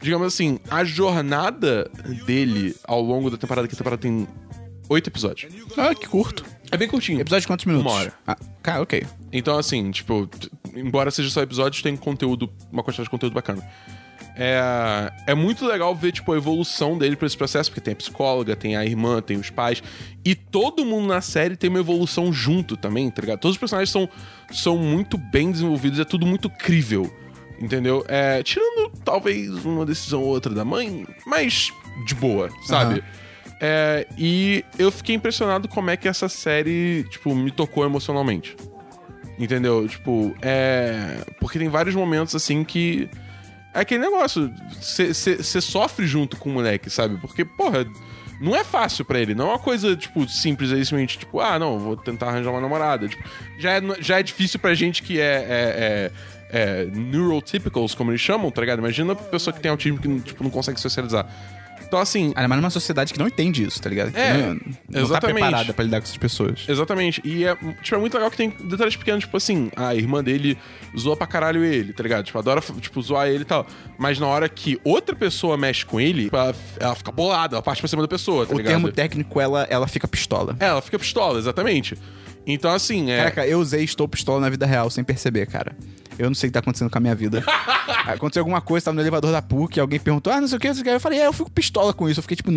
[SPEAKER 2] digamos assim, a jornada dele ao longo da temporada, que a temporada tem oito episódios.
[SPEAKER 1] Ah, que curto.
[SPEAKER 2] É bem curtinho.
[SPEAKER 1] Episódio de quantos minutos?
[SPEAKER 2] Uma hora.
[SPEAKER 1] Ah, cara, ok.
[SPEAKER 2] Então, assim, tipo, t- embora seja só episódios, tem conteúdo, uma quantidade de conteúdo bacana. É, é muito legal ver, tipo, a evolução dele pra esse processo, porque tem a psicóloga, tem a irmã, tem os pais, e todo mundo na série tem uma evolução junto também, tá ligado? Todos os personagens são, são muito bem desenvolvidos, é tudo muito crível, entendeu? É, tirando talvez uma decisão ou outra da mãe, mas de boa, sabe? É, e eu fiquei impressionado como é que essa série, tipo, me tocou emocionalmente. Entendeu? Tipo, é. Porque tem vários momentos assim que. É aquele negócio. Você sofre junto com o moleque, sabe? Porque, porra, não é fácil pra ele. Não é uma coisa, tipo, simples aí, simplesmente, tipo, ah, não, vou tentar arranjar uma namorada. Tipo, já, é, já é difícil pra gente que é. é, é, é neurotypicals, como eles chamam, tá ligado? Imagina a pessoa que tem autismo que tipo, não consegue socializar. Então, assim,
[SPEAKER 1] Ainda mais numa sociedade que não entende isso, tá ligado? Que
[SPEAKER 2] É,
[SPEAKER 1] não, não tá
[SPEAKER 2] exatamente.
[SPEAKER 1] preparada pra lidar com essas pessoas.
[SPEAKER 2] Exatamente. E é, tipo, é muito legal que tem detalhes pequenos, tipo assim, a irmã dele zoa pra caralho ele, tá ligado? Tipo, adora, tipo, zoar ele e tal. Mas na hora que outra pessoa mexe com ele, tipo, ela, ela fica bolada, ela parte pra cima da pessoa, tá
[SPEAKER 1] o
[SPEAKER 2] ligado?
[SPEAKER 1] termo técnico, ela, ela fica pistola.
[SPEAKER 2] É, ela fica pistola, exatamente. Então, assim, é.
[SPEAKER 1] Caraca, eu usei estou pistola na vida real sem perceber, cara. Eu não sei o que tá acontecendo com a minha [laughs] vida. Aconteceu alguma coisa, tava no elevador da PUC, alguém perguntou, ah, não sei o que, não sei o que. Eu falei, é, eu fico pistola com isso. Eu fiquei tipo,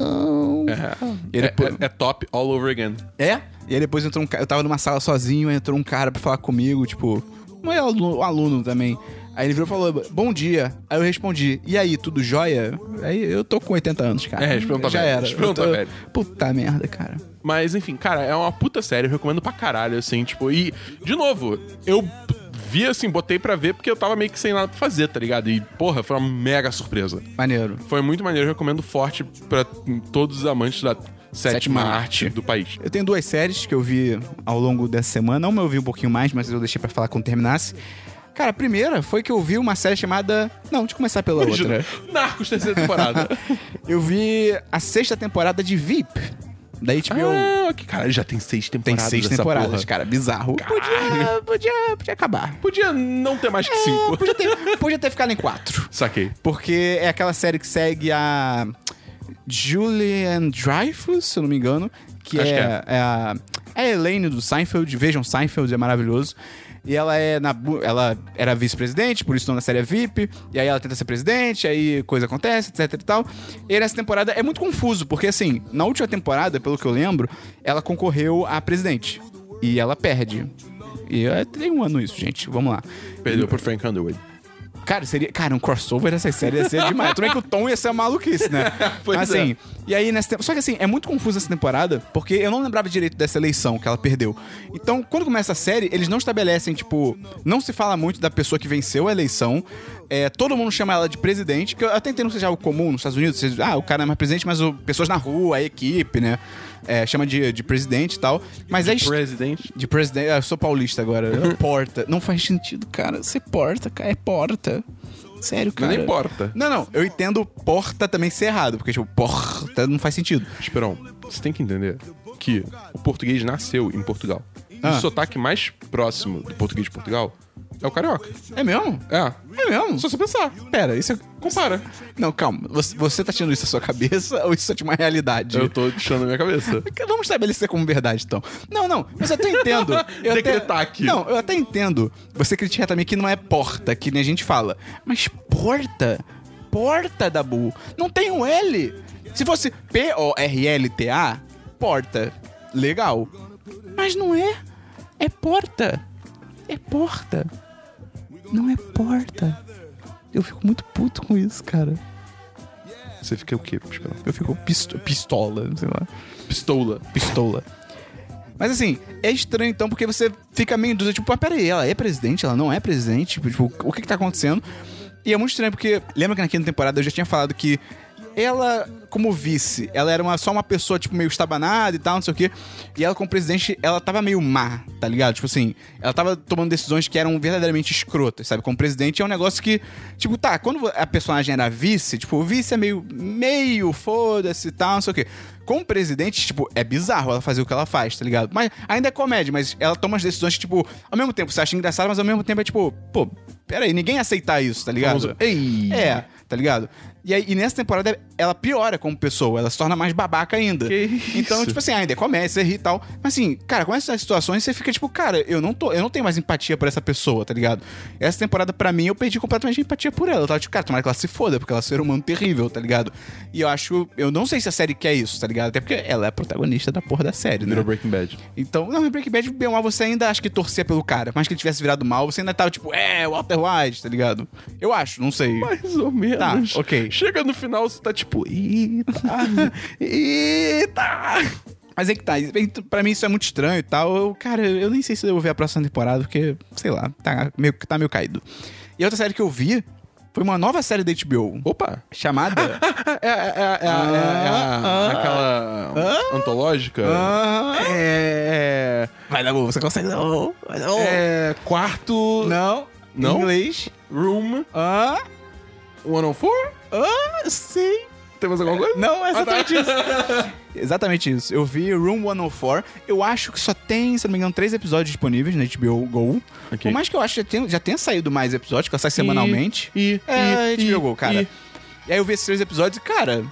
[SPEAKER 1] não.
[SPEAKER 2] é,
[SPEAKER 1] E
[SPEAKER 2] é-
[SPEAKER 1] depois-
[SPEAKER 2] é top all over again.
[SPEAKER 1] É? E aí depois entrou um cara. Eu tava numa sala sozinho, aí entrou um cara pra falar comigo, tipo. Não é um aluno, um aluno também. Aí ele virou e falou, bom dia. Aí eu respondi, e aí, tudo jóia? Aí eu tô com 80 anos, cara.
[SPEAKER 2] É, responda
[SPEAKER 1] Já
[SPEAKER 2] velho,
[SPEAKER 1] era.
[SPEAKER 2] responda
[SPEAKER 1] Eu tô-
[SPEAKER 2] velho.
[SPEAKER 1] Puta merda, cara.
[SPEAKER 2] Mas enfim, cara, é uma puta série, eu recomendo pra caralho, assim, tipo, e, de novo, eu vi assim, botei pra ver porque eu tava meio que sem nada pra fazer, tá ligado? E, porra, foi uma mega surpresa.
[SPEAKER 1] Maneiro.
[SPEAKER 2] Foi muito maneiro, eu recomendo forte pra todos os amantes da sétima
[SPEAKER 1] Sétima
[SPEAKER 2] arte
[SPEAKER 1] arte.
[SPEAKER 2] do país.
[SPEAKER 1] Eu tenho duas séries que eu vi ao longo dessa semana. Uma eu vi um pouquinho mais, mas eu deixei pra falar quando terminasse. Cara, a primeira foi que eu vi uma série chamada. Não, deixa eu começar pela
[SPEAKER 2] né?
[SPEAKER 1] outra.
[SPEAKER 2] Narcos, terceira temporada.
[SPEAKER 1] Eu vi a sexta temporada de VIP. Da HBO.
[SPEAKER 2] [laughs] ah, que caralho, já tem seis
[SPEAKER 1] Tem
[SPEAKER 2] temporadas.
[SPEAKER 1] seis
[SPEAKER 2] essa
[SPEAKER 1] temporadas,
[SPEAKER 2] porra.
[SPEAKER 1] cara. Bizarro. Podia, podia, podia acabar.
[SPEAKER 2] Podia não ter mais que
[SPEAKER 1] É,
[SPEAKER 2] cinco.
[SPEAKER 1] podia, ter, podia ter ficado em quatro.
[SPEAKER 2] Saquei.
[SPEAKER 1] Porque é aquela série que segue a Julian Dreyfus, se eu não me engano, que, é,
[SPEAKER 2] Acho que é.
[SPEAKER 1] é a, é a Elaine do Seinfeld. Vejam Seinfeld, é maravilhoso. E ela é na, bu- ela era vice-presidente, por isso o nome da série é VIP. E aí ela tenta ser presidente, aí coisa acontece, etc e tal. E nessa temporada é muito confuso, porque assim, na última temporada, pelo que eu lembro, ela concorreu a presidente. E ela perde. E é, tem um ano isso, gente. Vamos lá.
[SPEAKER 2] Perdeu pro Frank Underwood.
[SPEAKER 1] Cara, seria. Cara, um crossover dessas séries ia ser demais. Tudo bem que o Tom ia ser uma maluquice, né?
[SPEAKER 2] Pois
[SPEAKER 1] Mas, assim, e aí nessa tem- Só que assim, é muito confuso essa temporada, porque eu não lembrava direito dessa eleição que ela perdeu. Então, quando começa a série, eles não estabelecem, tipo, não se fala muito da pessoa que venceu a eleição. É, todo mundo chama ela de presidente, que eu até entendo que seja algo comum nos Estados Unidos. Seja, ah, o cara não é mais presidente, mas o, pessoas na rua, a equipe, né? É, chama de, de presidente e tal. Mas é estranho.
[SPEAKER 2] President.
[SPEAKER 1] De presidente. Ah, eu sou paulista agora.
[SPEAKER 2] [laughs]
[SPEAKER 1] Eu- porta. Não faz sentido, cara. Ser porta, cara. É porta. Sério,
[SPEAKER 2] Não
[SPEAKER 1] cara.
[SPEAKER 2] nem importa.
[SPEAKER 1] Não, não. Eu entendo porta também ser errado, porque, tipo, porta não faz sentido.
[SPEAKER 2] Esperão, você tem que entender que o português nasceu em Portugal. E
[SPEAKER 1] Ah.
[SPEAKER 2] o sotaque mais próximo do português de Portugal é o carioca.
[SPEAKER 1] É mesmo?
[SPEAKER 2] É.
[SPEAKER 1] É mesmo?
[SPEAKER 2] Só você pensar.
[SPEAKER 1] Pera, isso é...
[SPEAKER 2] Compara.
[SPEAKER 1] Não, calma. Você, você tá tirando isso da sua cabeça [laughs] ou isso é de uma realidade?
[SPEAKER 2] Eu tô deixando na minha cabeça.
[SPEAKER 1] Vamos estabelecer como verdade, então. Não, não, mas eu até
[SPEAKER 2] [laughs]
[SPEAKER 1] entendo. Eu
[SPEAKER 2] Decretar
[SPEAKER 1] até,
[SPEAKER 2] aqui.
[SPEAKER 1] Não, eu até entendo. Você criticar também que não é porta, que nem a gente fala. Mas porta? Porta, Dabu. Não tem um L. Se fosse P-O-R-L-T-A, porta. Legal. Mas não é. É porta. É porta. Não é porta. Eu fico muito puto com isso, cara.
[SPEAKER 2] [laughs] Você fica o quê, Esperão?
[SPEAKER 1] Eu fico pisto- pistola, sei lá
[SPEAKER 2] Pistola.
[SPEAKER 1] pistola. Mas assim, é estranho então, porque você fica meio dúvida, tipo, ah, peraí, ela é presidente, ela não é presidente, tipo, tipo, o que que tá acontecendo? E é muito estranho, porque lembra que na quinta temporada eu já tinha falado que ela, como vice, ela era uma, só uma pessoa, tipo, meio estabanada e tal, não sei o quê. E ela, como presidente, ela tava meio má, tá ligado? Tipo assim, ela tava tomando decisões que eram verdadeiramente escrotas, sabe? Como presidente é um negócio que, tipo, tá, quando a personagem era vice, tipo, o vice é meio, meio foda-se e tal, não sei o quê. Como presidente, tipo, é bizarro ela fazer o que ela faz, tá ligado? Mas ainda é comédia, mas ela toma as decisões que, tipo, ao mesmo tempo você acha engraçado, mas ao mesmo tempo é tipo, pô, peraí, ninguém ia aceitar isso, tá ligado?
[SPEAKER 2] Famoso, "Ei".
[SPEAKER 1] É, tá ligado? E, aí, e nessa temporada ela piora como pessoa, ela se torna mais babaca ainda.
[SPEAKER 2] Que isso?
[SPEAKER 1] Então, tipo assim, ainda é comédia, você ri e tal. Mas assim, cara, com essas situações você fica tipo, cara, eu não tô, eu não tenho mais empatia por essa pessoa, tá ligado? Essa temporada pra mim eu perdi completamente a empatia por ela. Eu tava tipo, cara, tomara que ela se foda, porque ela é um ser humano terrível, tá ligado? E eu acho, eu não sei se a série quer isso, tá ligado? Até porque ela é a protagonista da porra da série, né?
[SPEAKER 2] Virou Breaking Bad.
[SPEAKER 1] Então, não, em Breaking Bad, bem ou mal, você ainda acha que torcia pelo cara. Mas que ele tivesse virado mal, você ainda tava tipo, é, Walter White, tá ligado? Eu acho, não sei.
[SPEAKER 2] Mais ou menos.
[SPEAKER 1] Tá, ok.
[SPEAKER 2] Chega no final, você tá tipo, eita. eita.
[SPEAKER 1] Mas é que tá, pra mim isso é muito estranho e tal. Eu, cara, eu nem sei se eu vou ver a próxima temporada, porque, sei lá, tá meio, tá meio caído. E a outra série que eu vi foi uma nova série da HBO,
[SPEAKER 2] Opa.
[SPEAKER 1] chamada...
[SPEAKER 2] [laughs] É, é, é, é, é, é,
[SPEAKER 1] Ah,
[SPEAKER 2] é aquela antológica. É,
[SPEAKER 1] Vai dar bom, você consegue dar bom. Vai dar bom.
[SPEAKER 2] é quarto
[SPEAKER 1] Oh. Não.
[SPEAKER 2] Não?
[SPEAKER 1] Inglês.
[SPEAKER 2] room
[SPEAKER 1] Ah,
[SPEAKER 2] 104?
[SPEAKER 1] ah, sim.
[SPEAKER 2] Tem mais alguma coisa?
[SPEAKER 1] Não, é
[SPEAKER 2] Ah, tá.
[SPEAKER 1] exatamente isso. Exatamente isso. Eu vi Room 104. Eu acho que só tem, se não me engano, três episódios disponíveis na HBO Go.
[SPEAKER 2] Ok.
[SPEAKER 1] Por mais que eu acho que já tenha, já tenha saído mais episódios, que ela sai semanalmente.
[SPEAKER 2] E,
[SPEAKER 1] É,
[SPEAKER 2] e,
[SPEAKER 1] HBO Go,
[SPEAKER 2] e,
[SPEAKER 1] cara.
[SPEAKER 2] e.
[SPEAKER 1] E aí eu vi esses três episódios e, cara,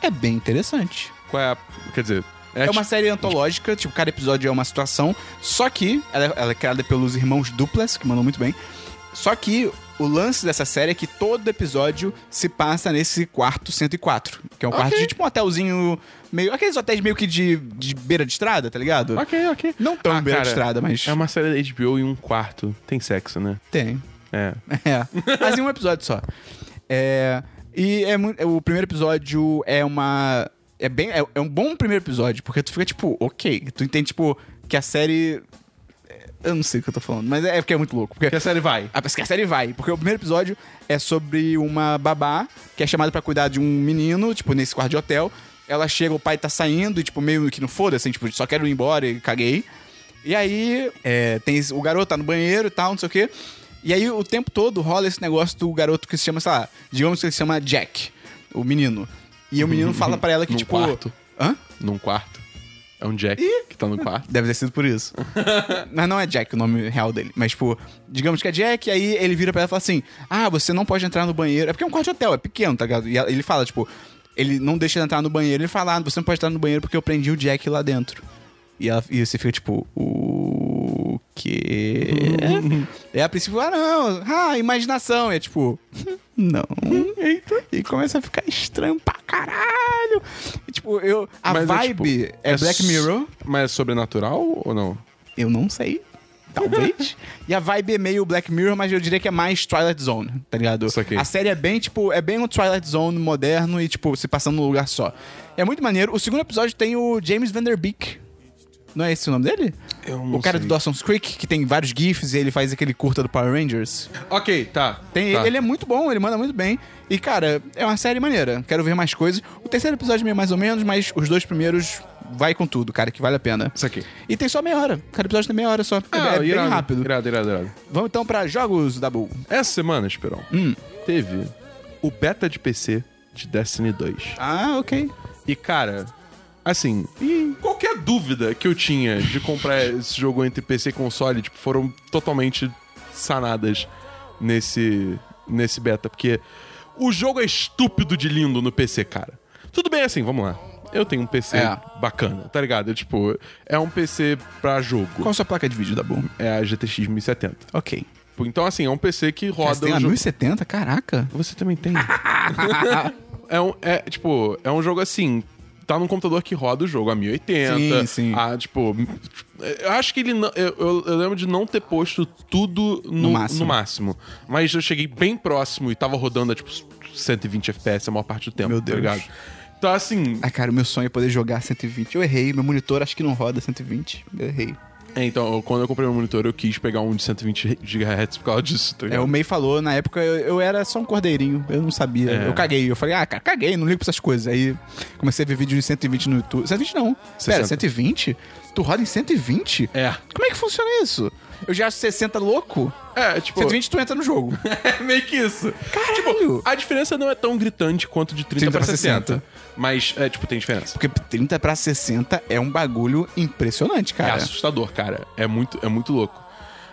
[SPEAKER 1] é bem interessante.
[SPEAKER 2] Qual é a. Quer dizer, é,
[SPEAKER 1] É uma série antológica, tipo, cada episódio é uma situação. Só que ela, é- ela é criada pelos irmãos Duplas, que mandam muito bem. Só que o lance dessa série é que todo episódio se passa nesse quarto 104, que é um quarto de tipo um hotelzinho meio. Aqueles hotéis meio que de, de beira de estrada, tá ligado?
[SPEAKER 2] Ok, Ah, é ok.
[SPEAKER 1] Não tão beira de estrada, mas
[SPEAKER 2] É uma série da HBO e um quarto. Tem sexo, né?
[SPEAKER 1] tem.
[SPEAKER 2] É.
[SPEAKER 1] É. Mas em um episódio só. É, e é mu- é o primeiro episódio é uma. É, bem, é, é um bom primeiro episódio, porque tu fica tipo, ok. Tu entende, tipo, que a série. é, Eu não sei o que eu tô falando, mas é, é porque é muito louco. Porque
[SPEAKER 2] Que a série vai.
[SPEAKER 1] a, que a série vai, Ah, porque o primeiro episódio é sobre uma babá que é chamada pra cuidar de um menino, tipo, nesse quarto de hotel. Ela chega, o pai tá saindo, e, tipo, meio que não foda, assim, tipo, só quero ir embora e caguei. E aí, é, tem esse- o garoto tá no banheiro e tal, não sei o quê. E aí, o tempo todo rola esse negócio do garoto que se chama, sei lá, digamos que ele se chama Jack, o menino. E o
[SPEAKER 2] [laughs]
[SPEAKER 1] menino fala pra ela que,
[SPEAKER 2] Num
[SPEAKER 1] tipo.
[SPEAKER 2] quarto.
[SPEAKER 1] Hã?
[SPEAKER 2] Num quarto. É um Jack que tá no quarto.
[SPEAKER 1] Deve ter sido por
[SPEAKER 2] [laughs]
[SPEAKER 1] isso. Mas não é Jack o nome real dele. Mas, tipo, digamos que é Jack, aí ele vira pra ela e fala assim: Ah, você não pode entrar no banheiro. É porque é um quarto de hotel, é pequeno, tá ligado? E ela- ele fala, tipo, ele não deixa ela entrar no banheiro. Ele fala: Ah, você não pode entrar no banheiro porque eu prendi o Jack lá dentro. E, ela, e você fica tipo, o que?
[SPEAKER 2] [laughs]
[SPEAKER 1] é a princípio, ah, não, ah, imaginação. E é tipo,
[SPEAKER 2] [laughs]
[SPEAKER 1] não. E começa a ficar estranho pra caralho. E, tipo, eu. A
[SPEAKER 2] Mas
[SPEAKER 1] vibe
[SPEAKER 2] tipo,
[SPEAKER 1] é Black
[SPEAKER 2] s-
[SPEAKER 1] Mirror.
[SPEAKER 2] Mas é sobrenatural ou não?
[SPEAKER 1] Eu não sei. Talvez. [laughs] e a vibe é meio Black Mirror, mas eu diria que é mais Twilight Zone, tá ligado?
[SPEAKER 2] Saquei.
[SPEAKER 1] A série é bem, tipo, é bem um Twilight Zone moderno e, tipo, se passando num lugar só. É muito maneiro. O segundo episódio tem o James Vanderbeek. Não é esse o nome dele?
[SPEAKER 2] Eu não
[SPEAKER 1] o cara
[SPEAKER 2] sei.
[SPEAKER 1] do Dawson's Creek, que tem vários GIFs e ele faz aquele curta do Power Rangers.
[SPEAKER 2] Ok, tá.
[SPEAKER 1] Tem,
[SPEAKER 2] tá.
[SPEAKER 1] Ele é muito bom, ele manda muito bem. E, cara, é uma série maneira. Quero ver mais coisas. O terceiro episódio é meio mais ou menos, mas os dois primeiros vai com tudo, cara, que vale a pena.
[SPEAKER 2] Isso aqui.
[SPEAKER 1] E tem só meia hora. Cada episódio tem meia hora só.
[SPEAKER 2] Ah,
[SPEAKER 1] é bem
[SPEAKER 2] irado,
[SPEAKER 1] rápido.
[SPEAKER 2] Irado, irado, irado.
[SPEAKER 1] Vamos então pra jogos, Dabu.
[SPEAKER 2] Essa semana, Esperão,
[SPEAKER 1] Hum.
[SPEAKER 2] teve o beta de PC de Destiny 2.
[SPEAKER 1] Ah, ok.
[SPEAKER 2] E, cara, assim, e qualquer dúvida que eu tinha
[SPEAKER 1] [laughs]
[SPEAKER 2] de comprar esse jogo entre PC e console, tipo, foram totalmente sanadas nesse, nesse beta. Porque o jogo é estúpido de lindo no PC, cara. Tudo bem assim, vamos lá. Eu tenho um PC
[SPEAKER 1] É.
[SPEAKER 2] bacana, tá ligado? É, tipo, é um PC pra jogo.
[SPEAKER 1] Qual a sua placa de vídeo, Dabu?
[SPEAKER 2] É a GTX 1070.
[SPEAKER 1] Ok.
[SPEAKER 2] Pô, Então, assim, é um PC que roda
[SPEAKER 1] Cara, você tem
[SPEAKER 2] o
[SPEAKER 1] a
[SPEAKER 2] jogo.
[SPEAKER 1] 1070? Caraca.
[SPEAKER 2] Você também tem. [laughs] é um, é, tipo, é um jogo assim. Tá num computador que roda o jogo a 1080.
[SPEAKER 1] Sim, sim.
[SPEAKER 2] A, tipo. Eu acho que ele não. Eu, eu- eu lembro de não ter posto tudo no, no máximo.
[SPEAKER 1] máximo.
[SPEAKER 2] Mas eu cheguei bem próximo e tava rodando a, tipo, 120 FPS a maior parte do tempo.
[SPEAKER 1] Meu
[SPEAKER 2] tá
[SPEAKER 1] Deus.
[SPEAKER 2] ligado? Então, assim.
[SPEAKER 1] Ah, cara, o meu sonho é poder jogar 120. Eu errei. Meu monitor acho que não roda 120. Eu errei.
[SPEAKER 2] é, então, eu- quando eu comprei meu monitor, eu quis pegar um de 120 GHz por causa disso, tá
[SPEAKER 1] É,
[SPEAKER 2] ligado?
[SPEAKER 1] o May falou, na época eu, eu era só um cordeirinho, eu não sabia.
[SPEAKER 2] É.
[SPEAKER 1] Eu caguei. Eu falei, ah, cara, caguei, não ligo pra essas coisas. Aí comecei a ver vídeo de 120 no YouTube. 120 não. Pera,
[SPEAKER 2] 60.
[SPEAKER 1] 120? Tu roda em 120?
[SPEAKER 2] É.
[SPEAKER 1] Como é que funciona isso? Eu já acho 60 louco.
[SPEAKER 2] É, tipo.
[SPEAKER 1] 120 tu entra no jogo.
[SPEAKER 2] É meio que isso.
[SPEAKER 1] Caralho!
[SPEAKER 2] A diferença não é tão gritante quanto de 30,
[SPEAKER 1] 30
[SPEAKER 2] pra
[SPEAKER 1] pra
[SPEAKER 2] 60.
[SPEAKER 1] 60.
[SPEAKER 2] Mas, é, tipo, tem diferença.
[SPEAKER 1] Porque 30 pra 60 é um bagulho impressionante,
[SPEAKER 2] É
[SPEAKER 1] cara.
[SPEAKER 2] assustador, cara. É muito, é muito louco.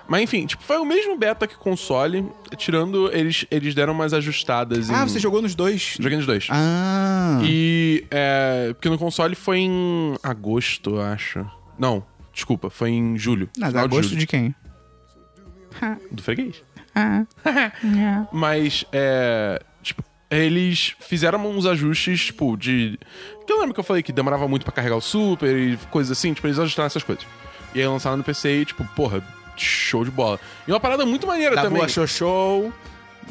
[SPEAKER 2] Mas enfim, tipo, foi o mesmo beta que console, tirando eles, eles deram umas ajustadas em.
[SPEAKER 1] Ah, você jogou nos dois?
[SPEAKER 2] Joguei nos dois.
[SPEAKER 1] Ah.
[SPEAKER 2] E. É, porque no console foi em agosto, eu acho. Não, desculpa, foi em julho.
[SPEAKER 1] Nada,
[SPEAKER 2] final
[SPEAKER 1] a gosto
[SPEAKER 2] julho.
[SPEAKER 1] de quem?
[SPEAKER 2] do freguês. [laughs] Mas, é. Tipo, eles fizeram uns ajustes, tipo, de. Que eu lembro que eu falei que demorava muito pra carregar o super e coisas assim, tipo, eles ajustaram essas coisas. E aí lançaram no PC e, tipo, porra, show de bola. E uma parada muito maneira
[SPEAKER 1] Da
[SPEAKER 2] também.
[SPEAKER 1] boa show show.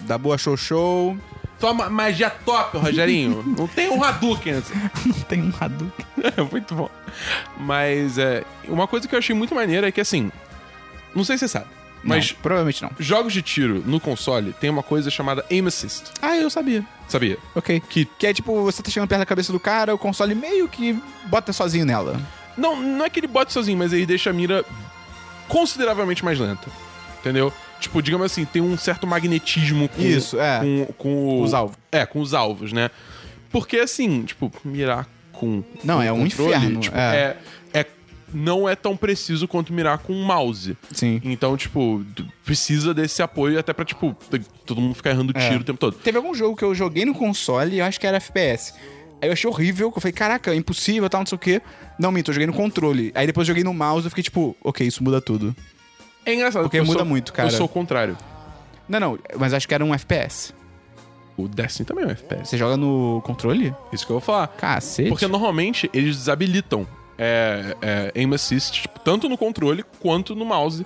[SPEAKER 1] Da boa show show.
[SPEAKER 2] Toma magia top, Rogerinho. Não tem um Hadouken. assim.
[SPEAKER 1] [laughs] Não tem um Hadouken.
[SPEAKER 2] É [laughs] muito bom. Mas, é. Uma coisa que eu achei muito maneira é que, assim. Não sei se você sabe, mas.
[SPEAKER 1] Mas provavelmente não.
[SPEAKER 2] Jogos de tiro no console tem uma coisa chamada aim assist.
[SPEAKER 1] Ah, eu sabia.
[SPEAKER 2] Sabia?
[SPEAKER 1] Ok.
[SPEAKER 2] Que-
[SPEAKER 1] Que, é tipo, você tá chegando perto da cabeça do cara, o console meio que bota sozinho nela.
[SPEAKER 2] Não, não é que ele bote sozinho, mas ele deixa a mira consideravelmente mais lenta. Entendeu? Tipo, digamos assim, tem um certo magnetismo com,
[SPEAKER 1] Isso, é.
[SPEAKER 2] com, com o-
[SPEAKER 1] os alvos.
[SPEAKER 2] É, com os alvos, né? Porque assim, tipo, mirar com.
[SPEAKER 1] Não,
[SPEAKER 2] com
[SPEAKER 1] é um inferno,
[SPEAKER 2] tipo, é.
[SPEAKER 1] é.
[SPEAKER 2] é- não é tão preciso quanto mirar com um mouse.
[SPEAKER 1] Sim.
[SPEAKER 2] Então, tipo, d- precisa desse apoio até pra, tipo, t- todo mundo ficar errando
[SPEAKER 1] É.
[SPEAKER 2] tiro o tempo todo.
[SPEAKER 1] Teve algum jogo que eu joguei no console e eu acho que era FPS. Aí eu achei horrível, que eu falei, caraca, impossível, tal, não sei o quê. Não, minto, eu joguei no controle. Aí depois eu joguei no mouse e eu fiquei tipo, ok, isso muda tudo.
[SPEAKER 2] É engraçado.
[SPEAKER 1] Porque
[SPEAKER 2] eu
[SPEAKER 1] muda
[SPEAKER 2] sou-
[SPEAKER 1] muito, cara.
[SPEAKER 2] Eu sou o contrário.
[SPEAKER 1] Não, não, mas acho que era um FPS.
[SPEAKER 2] O Destiny também é um FPS.
[SPEAKER 1] Você joga no controle?
[SPEAKER 2] Isso que eu vou falar.
[SPEAKER 1] Cacete.
[SPEAKER 2] Porque normalmente eles desabilitam é, é, aim assist, tipo, tanto no controle quanto no mouse,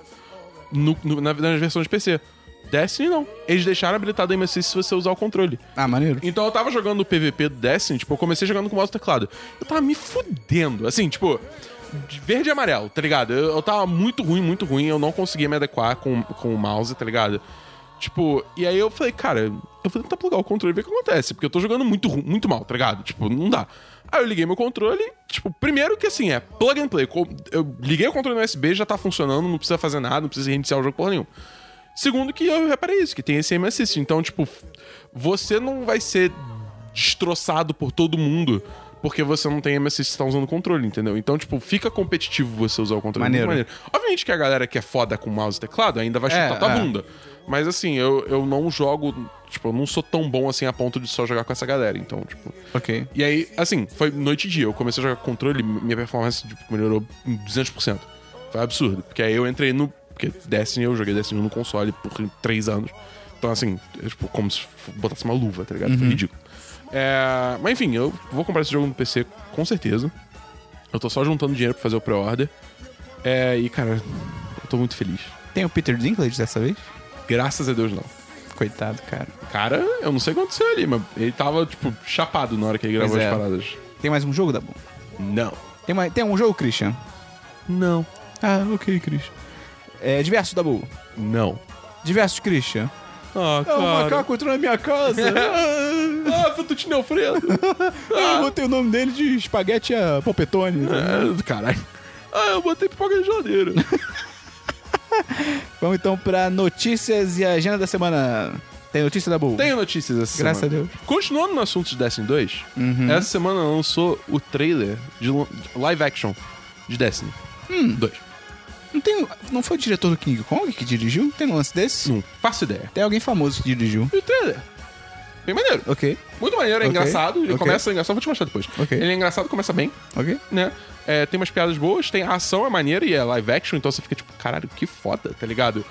[SPEAKER 2] no, no- na, nas versões de PC. Destiny não. Eles deixaram habilitado a M6 se você usar o controle.
[SPEAKER 1] Ah, maneiro.
[SPEAKER 2] Então eu tava jogando o PVP do Destiny, tipo, eu comecei jogando com o mouse e teclado. Eu tava me fudendo, assim, tipo, de verde e amarelo, tá ligado? Eu, eu tava muito ruim, muito ruim, eu não conseguia me adequar com, com o mouse, tá ligado? Tipo, e aí eu falei, cara, eu vou tentar plugar o controle e ver o que acontece, porque eu tô jogando muito, ru- muito mal, tá ligado? Tipo, não dá. Aí eu liguei meu controle, tipo, primeiro que assim, é plug and play. Co- Eu liguei o controle no USB, já tá funcionando, não precisa fazer nada, não precisa reiniciar o jogo porra nenhuma. Segundo que eu reparei isso, que tem esse aim assist. Então, tipo, f- você não vai ser destroçado por todo mundo porque você não tem aim assist e tá usando controle, entendeu? Então, tipo, fica competitivo você usar o controle. é
[SPEAKER 1] Maneiro.
[SPEAKER 2] Muito Obviamente que a galera que é foda com mouse e teclado ainda vai
[SPEAKER 1] É,
[SPEAKER 2] chutar tua
[SPEAKER 1] é.
[SPEAKER 2] bunda. Mas, assim, eu, eu não jogo... Tipo, eu não sou tão bom assim a ponto de só jogar com essa galera. Então, tipo...
[SPEAKER 1] Ok.
[SPEAKER 2] E aí, assim, foi noite e dia. Eu comecei a jogar com controle, minha performance tipo, melhorou em 200%. Foi absurdo. Porque aí eu entrei no. Porque Destiny, eu joguei Destiny no console por 3 anos. Então, assim, é, tipo, como se f- botasse uma luva, tá ligado? Foi
[SPEAKER 1] Uhum.
[SPEAKER 2] ridículo. É, Mas enfim, eu vou comprar esse jogo no PC com certeza. Eu tô só juntando dinheiro pra fazer o pré-order. É, e, cara, eu tô muito feliz.
[SPEAKER 1] Tem o Peter Dinklage dessa vez?
[SPEAKER 2] Graças a Deus, não.
[SPEAKER 1] Coitado, cara.
[SPEAKER 2] Cara, eu não sei o que aconteceu ali, mas ele tava, tipo, chapado na hora que ele gravou
[SPEAKER 1] Pois
[SPEAKER 2] as
[SPEAKER 1] é.
[SPEAKER 2] paradas.
[SPEAKER 1] Tem mais um jogo, Dabu?
[SPEAKER 2] Não.
[SPEAKER 1] Tem, mais, tem um jogo, Christian?
[SPEAKER 2] Não.
[SPEAKER 1] Ah, ok, Christian. É, diverso, Dabu.
[SPEAKER 2] Não.
[SPEAKER 1] Diversos, Christian.
[SPEAKER 2] Ah,
[SPEAKER 1] É um macaco entrou na minha
[SPEAKER 2] [laughs]
[SPEAKER 1] casa.
[SPEAKER 2] ah, Fettuccine Alfredo.
[SPEAKER 1] Ah, eu botei o nome dele de espaguete a popetone.
[SPEAKER 2] ah, caralho. Ah, eu botei pipoca na geladeira.
[SPEAKER 1] Vamos então pra notícias e a agenda da semana. Tem notícia, Dabu?
[SPEAKER 2] Tenho notícias essa
[SPEAKER 1] Graças a
[SPEAKER 2] semana.
[SPEAKER 1] Deus. Uhum.
[SPEAKER 2] Continuando no assunto de Destiny 2, essa semana lançou o trailer de lo- de live action de Destiny
[SPEAKER 1] Hum.
[SPEAKER 2] 2.
[SPEAKER 1] Não, tem, não foi o diretor do King Kong que dirigiu? Tem um lance desse?
[SPEAKER 2] Não faço ideia.
[SPEAKER 1] Tem alguém famoso que dirigiu.
[SPEAKER 2] E o trailer? Bem maneiro.
[SPEAKER 1] Ok,
[SPEAKER 2] Muito maneiro, é
[SPEAKER 1] Ok,
[SPEAKER 2] engraçado. Ele
[SPEAKER 1] ok.
[SPEAKER 2] começa é engraçado, vou te mostrar depois.
[SPEAKER 1] Ok.
[SPEAKER 2] Ele é engraçado, começa bem.
[SPEAKER 1] ok.
[SPEAKER 2] né? É, tem umas piadas boas, tem a ação é maneira e é live action, então você fica tipo, caralho, que foda, tá ligado?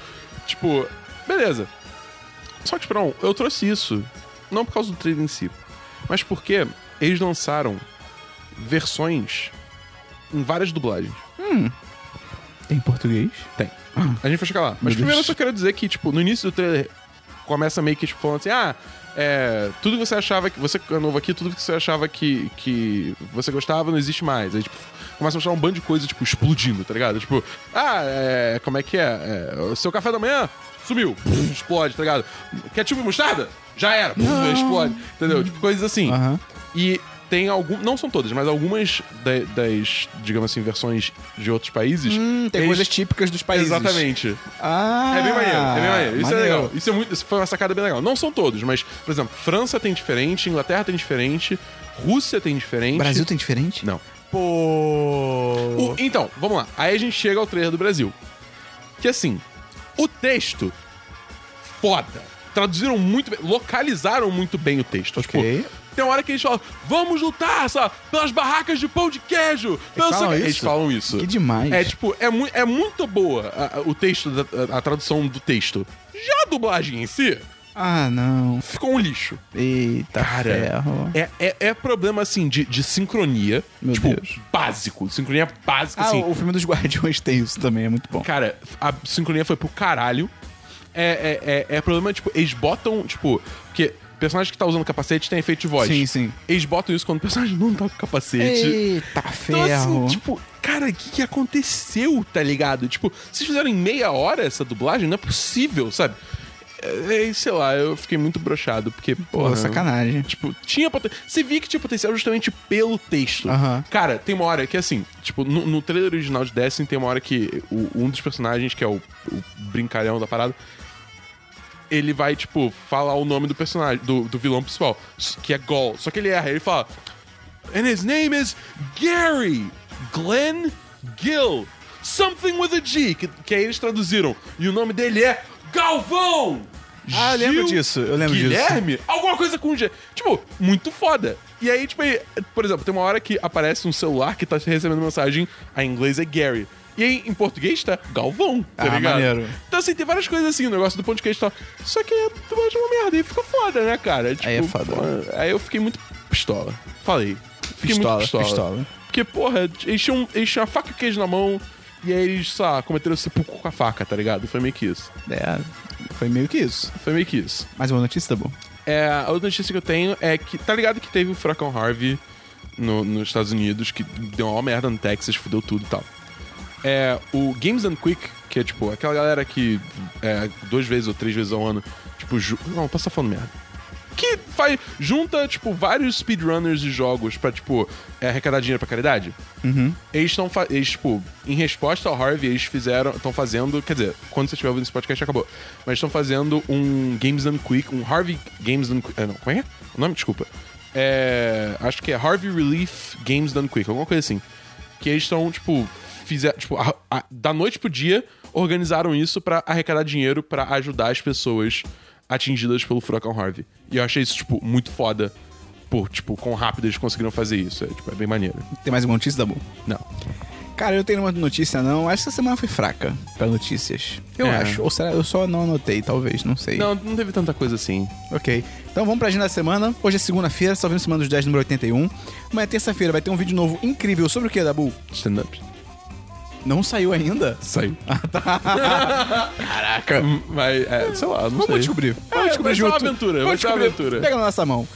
[SPEAKER 2] Tipo, beleza. Só que, tipo, não, eu trouxe isso não por causa do trailer em si, mas porque eles lançaram versões em várias dublagens.
[SPEAKER 1] Tem português?
[SPEAKER 2] Tem. A gente vai chegar lá. Mas
[SPEAKER 1] Meu
[SPEAKER 2] primeiro
[SPEAKER 1] Deus.
[SPEAKER 2] eu só quero dizer que, tipo, no início do trailer começa meio que tipo, falando assim, ah, é, tudo que você achava que. Você que é novo aqui, tudo que você achava que, que você gostava não existe mais. Aí, tipo, começa a mostrar um bando de coisa, tipo, explodindo, tá ligado? Tipo, ah, é, como é que é? É, o seu café da manhã sumiu, [laughs] Puf, explode, tá ligado? Ketchup e mostarda? Já era, Puf, explode, entendeu? Tipo, coisas assim.
[SPEAKER 1] Aham.
[SPEAKER 2] E tem algum, não são todas, mas algumas da- das, digamos assim, versões de outros países.
[SPEAKER 1] Hum, Tem
[SPEAKER 2] eles-
[SPEAKER 1] coisas típicas dos países.
[SPEAKER 2] Exatamente.
[SPEAKER 1] Ah,
[SPEAKER 2] É bem maneiro, é bem maneiro. Isso é legal. Isso, é muito, isso foi uma sacada bem legal. Não são todos, mas, por exemplo, França tem diferente, Inglaterra tem diferente, Rússia tem diferente.
[SPEAKER 1] O Brasil tem diferente?
[SPEAKER 2] Não.
[SPEAKER 1] Pô.
[SPEAKER 2] O- então, vamos lá. Aí a gente chega ao trailer do Brasil. Que assim, o texto. Foda. Traduziram muito bem, localizaram muito bem o texto.
[SPEAKER 1] Ok.
[SPEAKER 2] Tipo, tem hora que eles falam, vamos lutar só pelas barracas de pão de queijo. Pela
[SPEAKER 1] falam
[SPEAKER 2] saca-"
[SPEAKER 1] isso?
[SPEAKER 2] Eles falam isso.
[SPEAKER 1] Que demais.
[SPEAKER 2] É tipo, é, mu é muito boa a- a- o texto, da- a, a tradução do texto. Já a dublagem em si
[SPEAKER 1] Ah, não.
[SPEAKER 2] ficou um lixo.
[SPEAKER 1] Eita,
[SPEAKER 2] Cara,
[SPEAKER 1] ferro.
[SPEAKER 2] É, é, é problema, assim, de, de sincronia.
[SPEAKER 1] Meu
[SPEAKER 2] tipo,
[SPEAKER 1] Deus.
[SPEAKER 2] básico. Sincronia básica,
[SPEAKER 1] Ah,
[SPEAKER 2] assim.
[SPEAKER 1] o filme dos Guardiões tem isso também, é muito bom.
[SPEAKER 2] Cara, a sincronia foi pro caralho. É, é, é, é problema, tipo, eles botam, tipo, porque personagem que tá usando capacete tem efeito de voz.
[SPEAKER 1] Sim, sim.
[SPEAKER 2] Eles botam isso quando o personagem não tá com capacete.
[SPEAKER 1] Eita,
[SPEAKER 2] Então, assim,
[SPEAKER 1] ferro.
[SPEAKER 2] tipo, cara, o que, que aconteceu, tá ligado? Tipo, vocês fizeram em meia hora essa dublagem? Não é possível, sabe? É, é, sei lá, eu fiquei muito brochado, porque,
[SPEAKER 1] Pô,
[SPEAKER 2] porra.
[SPEAKER 1] sacanagem.
[SPEAKER 2] Tipo, tinha potencial. Você via que tinha potencial justamente pelo texto.
[SPEAKER 1] Aham.
[SPEAKER 2] Cara, tem uma hora que, assim, tipo, no, no trailer original de Destiny tem uma hora que o- um dos personagens, que é o, o brincalhão da parada, ele vai, tipo, falar o nome do personagem, do, do vilão principal, s- que é Gol. Só que ele erra, ele fala. And his name is Gary Glenn Gill. Something with a G. Que, que aí eles traduziram. E o nome dele é Galvão!
[SPEAKER 1] Ah, eu lembro disso, eu lembro disso.
[SPEAKER 2] Guilherme? Alguma coisa com G. Tipo, muito foda. E aí, tipo, aí, por exemplo, tem uma hora que aparece um celular que tá recebendo mensagem, a inglês é Gary. E aí, em português, tá Galvão, tá
[SPEAKER 1] Ah,
[SPEAKER 2] ligado?
[SPEAKER 1] maneiro.
[SPEAKER 2] Então, assim, tem várias coisas assim, o negócio do podcast e tal. Só que é tu acha uma merda, aí fica foda, né, cara? Tipo,
[SPEAKER 1] Aí é foda.
[SPEAKER 2] pô, Aí eu fiquei muito pistola. Falei. Fiquei
[SPEAKER 1] Pistola,
[SPEAKER 2] muito pistola.
[SPEAKER 1] pistola.
[SPEAKER 2] Porque, porra, eles tinham, eles tinham a faca e o queijo na mão. E aí eles, sei lá, cometeram sepulcro com a faca, tá ligado? Foi meio que isso.
[SPEAKER 1] É, foi meio que isso.
[SPEAKER 2] Foi meio que isso.
[SPEAKER 1] Mais uma notícia, tá bom?
[SPEAKER 2] É, a outra notícia que eu tenho é que. Tá ligado que teve o furacão Harvey no- nos Estados Unidos, que deu uma maior merda no Texas, fudeu tudo e tal. É, o Games and Quick, que é tipo aquela galera que é, duas vezes ou três vezes ao ano, tipo. Ju... Não, posso estar falando merda. Que faz, junta, tipo, vários speedrunners de jogos pra, tipo, é, arrecadar dinheiro pra caridade. Eles estão, eles, tipo, em resposta ao Harvey, eles fizeram, estão fazendo, quer dizer, quando você estiver ouvindo esse podcast, acabou. Mas estão fazendo um Games Done Quick, um Harvey Games Done Quick, ah, não, como é? que é? O nome, desculpa. É, acho que é Harvey Relief Games Done Quick, alguma coisa assim. Que eles estão, tipo, fizeram, tipo, a- a- da noite pro dia, organizaram isso pra arrecadar dinheiro pra ajudar as pessoas atingidas pelo furacão Harvey. E eu achei isso, tipo, muito foda. Por, tipo, quão rápido eles conseguiram fazer isso. É, tipo, é bem maneiro.
[SPEAKER 1] Tem mais uma notícia, tá bom?
[SPEAKER 2] Não.
[SPEAKER 1] Cara, eu tenho uma notícia, não. Acho que essa semana foi fraca pra notícias. Eu
[SPEAKER 2] É.
[SPEAKER 1] acho. Ou será? Eu só não anotei, talvez, não sei.
[SPEAKER 2] Não, não teve tanta coisa assim.
[SPEAKER 1] Ok. Então vamos pra agenda da semana. Hoje é segunda-feira, só vendo Semana dos 10, número 81. Amanhã, terça-feira, vai ter um vídeo novo incrível sobre o que, Dabu?
[SPEAKER 2] Stand-up.
[SPEAKER 1] Não saiu ainda? Ah,
[SPEAKER 2] Saiu.
[SPEAKER 1] Caraca.
[SPEAKER 2] Mas, é, sei lá, não
[SPEAKER 1] Vamos
[SPEAKER 2] sei.
[SPEAKER 1] descobrir. Vamos
[SPEAKER 2] É,
[SPEAKER 1] descobrir
[SPEAKER 2] vai ser uma
[SPEAKER 1] junto.
[SPEAKER 2] aventura, vai
[SPEAKER 1] Vamos
[SPEAKER 2] ser uma
[SPEAKER 1] descobrir.
[SPEAKER 2] aventura.
[SPEAKER 1] Pega na nossa mão.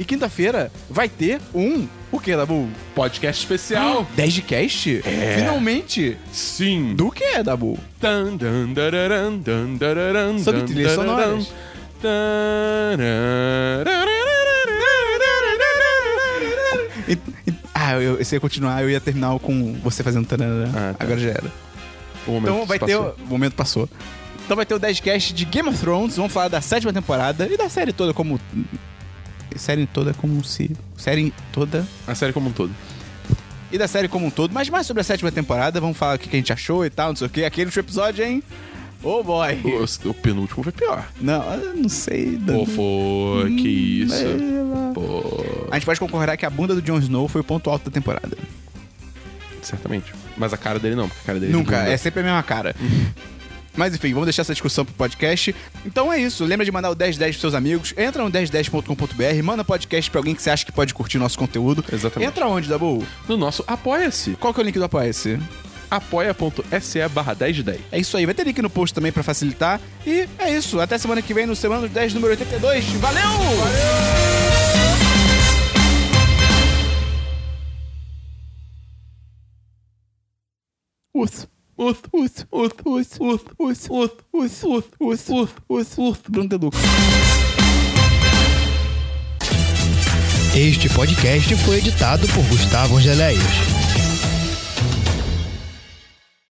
[SPEAKER 1] E quinta-feira vai ter um. O que, Dabu?
[SPEAKER 2] Podcast especial.
[SPEAKER 1] 10 de cast?
[SPEAKER 2] É.
[SPEAKER 1] Finalmente!
[SPEAKER 2] Sim.
[SPEAKER 1] Do que, Dabu?
[SPEAKER 2] Tan, dan, dararan, dan, dararan,
[SPEAKER 1] Sobre
[SPEAKER 2] dan,
[SPEAKER 1] trilhas
[SPEAKER 2] dararan.
[SPEAKER 1] sonoras.
[SPEAKER 2] Tarararararararararararararararar.
[SPEAKER 1] E- e- ah, eu, eu- se eu continuar, eu ia terminar com você fazendo tananã.
[SPEAKER 2] Ah, tá.
[SPEAKER 1] Agora já era.
[SPEAKER 2] O momento
[SPEAKER 1] Então vai ter.
[SPEAKER 2] passou.
[SPEAKER 1] O o momento passou. Então vai ter o 10cast de Game of Thrones. Vamos falar da sétima temporada e da série toda como. Série toda como se. Série toda.
[SPEAKER 2] A série como um todo.
[SPEAKER 1] E da série como um todo. Mas mais sobre a sétima temporada. Vamos falar o que que a gente achou e tal, não sei o quê. Aquele último episódio, hein? Oh boy!
[SPEAKER 2] O, o penúltimo foi pior. Hum,
[SPEAKER 1] Não, eu não sei.
[SPEAKER 2] Pô,
[SPEAKER 1] Dan.
[SPEAKER 2] foi. Que isso.
[SPEAKER 1] A gente pode concordar que a bunda do Jon Snow foi o ponto alto da temporada.
[SPEAKER 2] Certamente. Mas a cara dele não, porque a cara dele
[SPEAKER 1] Nunca,
[SPEAKER 2] não
[SPEAKER 1] é sempre a mesma cara. Mas enfim, vamos deixar essa discussão pro podcast. Então é isso, lembra de mandar o 1010 pros seus amigos, entra no 1010.com.br, manda podcast pra alguém que você acha que pode curtir nosso conteúdo.
[SPEAKER 2] Exatamente.
[SPEAKER 1] Entra onde, Dabu?
[SPEAKER 2] No nosso Apoia-se.
[SPEAKER 1] Qual que é o link do Apoia-se?
[SPEAKER 2] apoia.se barra 10 de 10.
[SPEAKER 1] É isso aí, vai ter link no post também pra facilitar. E é isso, até semana que vem no Semana dos 10, número 82. Valeu! Uth.
[SPEAKER 2] Uth, uth, uth, uth, uth, uth, uth, uth, uth, uth, uth, uth, uth.
[SPEAKER 1] Bruno Deluca.
[SPEAKER 5] Este podcast foi editado por Gustavo Angeléias.